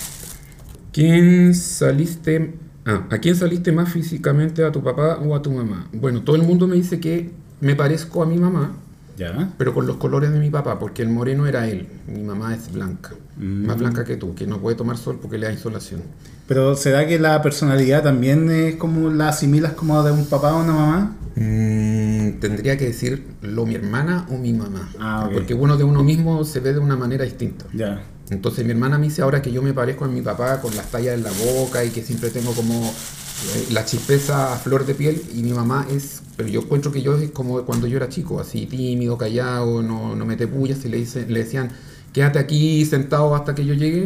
[SPEAKER 5] ¿Quién saliste? ah, ¿A quién saliste más físicamente? ¿A tu papá o a tu mamá? Bueno, todo el mundo me dice que me parezco a mi mamá,
[SPEAKER 2] Ya.
[SPEAKER 5] pero con los colores de mi papá, porque el moreno era él. Mi mamá es blanca, más blanca que tú, que no puede tomar sol porque le da insolación.
[SPEAKER 2] Pero ¿será que la personalidad también es como la asimilas como de un papá o una mamá?
[SPEAKER 5] Mm, tendría que decir lo mi hermana o mi mamá,
[SPEAKER 2] Ah, ok.
[SPEAKER 5] porque uno de uno mismo se ve de una manera distinta.
[SPEAKER 2] Ya.
[SPEAKER 5] Entonces mi hermana me dice ahora que yo me parezco a mi papá con las tallas en la boca y que siempre tengo como eh, la chispeza a flor de piel y mi mamá es, pero yo encuentro que yo es como cuando yo era chico, así tímido, callado, no, no mete pullas y le, dice- le decían quédate aquí sentado hasta que yo llegue,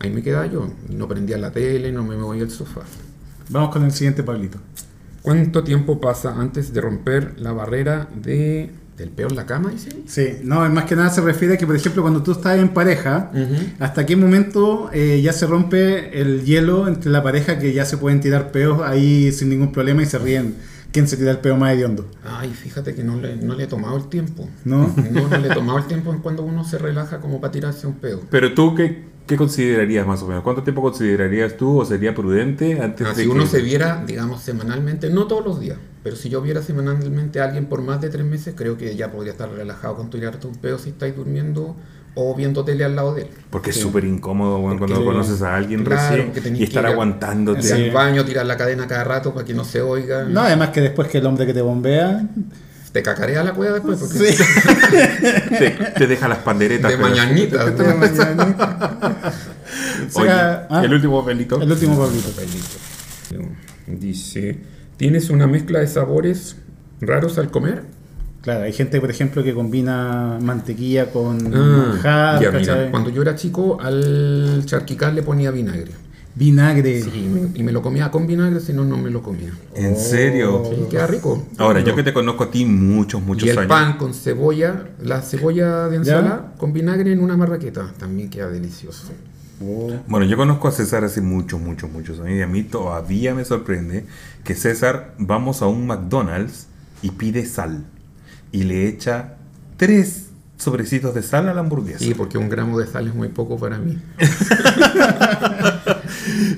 [SPEAKER 5] ahí me quedaba yo, y no prendía la tele, no me movía el sofá.
[SPEAKER 2] Vamos con el siguiente papelito.
[SPEAKER 5] ¿Cuánto tiempo pasa antes de romper la barrera de... del peor en la cama, dice?
[SPEAKER 2] Sí, no, es más que nada se refiere a que, por ejemplo, cuando tú estás en pareja, ¿hasta qué momento eh, ya se rompe el hielo entre la pareja que ya se pueden tirar peos ahí sin ningún problema y se ríen? ¿Quién se tira el peo más hediondo?
[SPEAKER 5] Ay, fíjate que no le, no le he tomado el tiempo.
[SPEAKER 2] ¿No?
[SPEAKER 5] *laughs* No, no le he tomado el tiempo en cuando uno se relaja como para tirarse un pedo.
[SPEAKER 3] Pero tú, ¿qué, qué considerarías más o menos? ¿Cuánto tiempo considerarías tú o sería prudente antes
[SPEAKER 5] Ah,
[SPEAKER 3] de
[SPEAKER 5] si uno
[SPEAKER 3] que-
[SPEAKER 5] se viera, digamos, semanalmente, no todos los días, pero si yo viera semanalmente a alguien por más de tres meses, creo que ya podría estar relajado con tirarte un pedo si estáis durmiendo o viendo tele al lado de él.
[SPEAKER 3] Porque es súper incómodo weón, cuando
[SPEAKER 2] Porque-
[SPEAKER 3] conoces a alguien
[SPEAKER 5] Claro, que
[SPEAKER 3] recién
[SPEAKER 5] tenés
[SPEAKER 3] y estar
[SPEAKER 5] que ir a-
[SPEAKER 3] aguantándote.
[SPEAKER 5] Ir al baño, tirar la cadena cada rato para que no se oiga.
[SPEAKER 2] No, además que después que el hombre que te bombea.
[SPEAKER 5] Te cacarea la cueva después porque
[SPEAKER 3] Te, te deja las panderetas.
[SPEAKER 5] de
[SPEAKER 3] pero-
[SPEAKER 5] mañanita.
[SPEAKER 6] Esta mañana.
[SPEAKER 3] Oye,
[SPEAKER 2] Saca- ah,
[SPEAKER 3] el último pelito.
[SPEAKER 2] *laughs* el último papito.
[SPEAKER 5] *laughs* Dice, ¿tienes una mezcla de sabores raros al comer?
[SPEAKER 2] Claro, hay gente, por ejemplo, que combina mantequilla con
[SPEAKER 5] Ah,
[SPEAKER 2] manjar,
[SPEAKER 5] ya,
[SPEAKER 2] ¿cachai?
[SPEAKER 5] mira, cuando yo era chico al charquicar le ponía vinagre.
[SPEAKER 2] vinagre.
[SPEAKER 5] Y me, y me lo comía con vinagre, si no, no me lo comía.
[SPEAKER 3] ¿En serio?
[SPEAKER 5] Y queda rico.
[SPEAKER 3] Ahora, yo
[SPEAKER 5] No.
[SPEAKER 3] que te conozco a ti muchos, muchos
[SPEAKER 5] y el
[SPEAKER 3] años.
[SPEAKER 5] pan con cebolla, la cebolla de ensalada con vinagre en una marraqueta, también queda delicioso.
[SPEAKER 2] Oh,
[SPEAKER 3] Bueno, yo conozco a César hace muchos, muchos, muchos años y a mí todavía me sorprende que César vamos a un McDonald's y pide sal y le echa tres sobrecitos de sal a la hamburguesa.
[SPEAKER 5] Sí, porque un gramo de sal es muy poco para mí.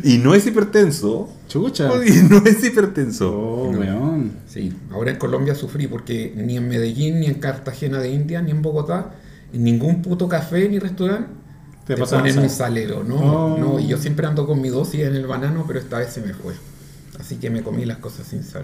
[SPEAKER 3] Y no es hipertenso.
[SPEAKER 2] Chucha.
[SPEAKER 3] Y no es hipertenso.
[SPEAKER 2] Oh, weón.
[SPEAKER 5] Sí, ahora en Colombia sufrí porque ni en Medellín, ni en Cartagena de India, ni en Bogotá, en ningún puto café ni restaurante
[SPEAKER 2] Te
[SPEAKER 5] te,
[SPEAKER 2] pasaban
[SPEAKER 5] ponen
[SPEAKER 2] sal.
[SPEAKER 5] un salero, ¿no?
[SPEAKER 2] Oh.
[SPEAKER 5] No, y yo siempre ando con mi dosis en el banano, pero esta vez se me fue. Así que me comí las cosas sin sal.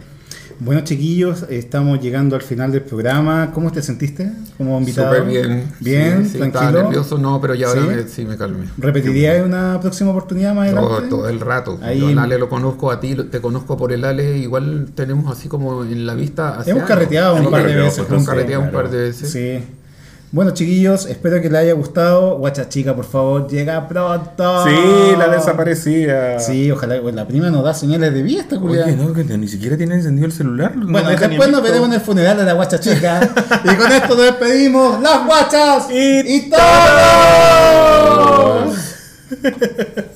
[SPEAKER 2] Bueno, chiquillos, estamos llegando al final del programa. ¿Cómo te sentiste como invitado?
[SPEAKER 5] Súper bien.
[SPEAKER 2] Bien,
[SPEAKER 5] Sí, sí, Estaba
[SPEAKER 2] tranquilo.
[SPEAKER 5] nervioso, no, pero ya ahora
[SPEAKER 2] ¿Sí?
[SPEAKER 5] me- sí me calmé.
[SPEAKER 2] ¿Repetiría en una próxima oportunidad más
[SPEAKER 5] Todo,
[SPEAKER 2] adelante?
[SPEAKER 5] todo el rato.
[SPEAKER 2] Ahí-
[SPEAKER 5] Yo al Ale lo conozco a ti, lo- te conozco por el Ale. Igual tenemos así como en la vista. hace
[SPEAKER 2] Hemos
[SPEAKER 5] años.
[SPEAKER 2] carreteado un
[SPEAKER 5] Hemos
[SPEAKER 2] par de
[SPEAKER 5] carreteado, pues,
[SPEAKER 2] veces.
[SPEAKER 5] Hemos
[SPEAKER 2] juntos.
[SPEAKER 5] carreteado un par de veces.
[SPEAKER 2] Sí. Bueno, chiquillos, espero que les haya gustado. Guacha chica, por favor, llega
[SPEAKER 5] Oh.
[SPEAKER 2] pronto.
[SPEAKER 3] desaparecía.
[SPEAKER 2] Sí, ojalá. bueno, la prima nos da señales de vida, esta culiá.
[SPEAKER 3] Oye, no, que ni siquiera tiene encendido el celular. no
[SPEAKER 2] Bueno,
[SPEAKER 3] me deja ni
[SPEAKER 2] después
[SPEAKER 3] en
[SPEAKER 2] nos
[SPEAKER 3] visto.
[SPEAKER 2] veremos en el funeral de la guacha chica. y con esto nos despedimos. ¡Las guachas! ¡Y, todos!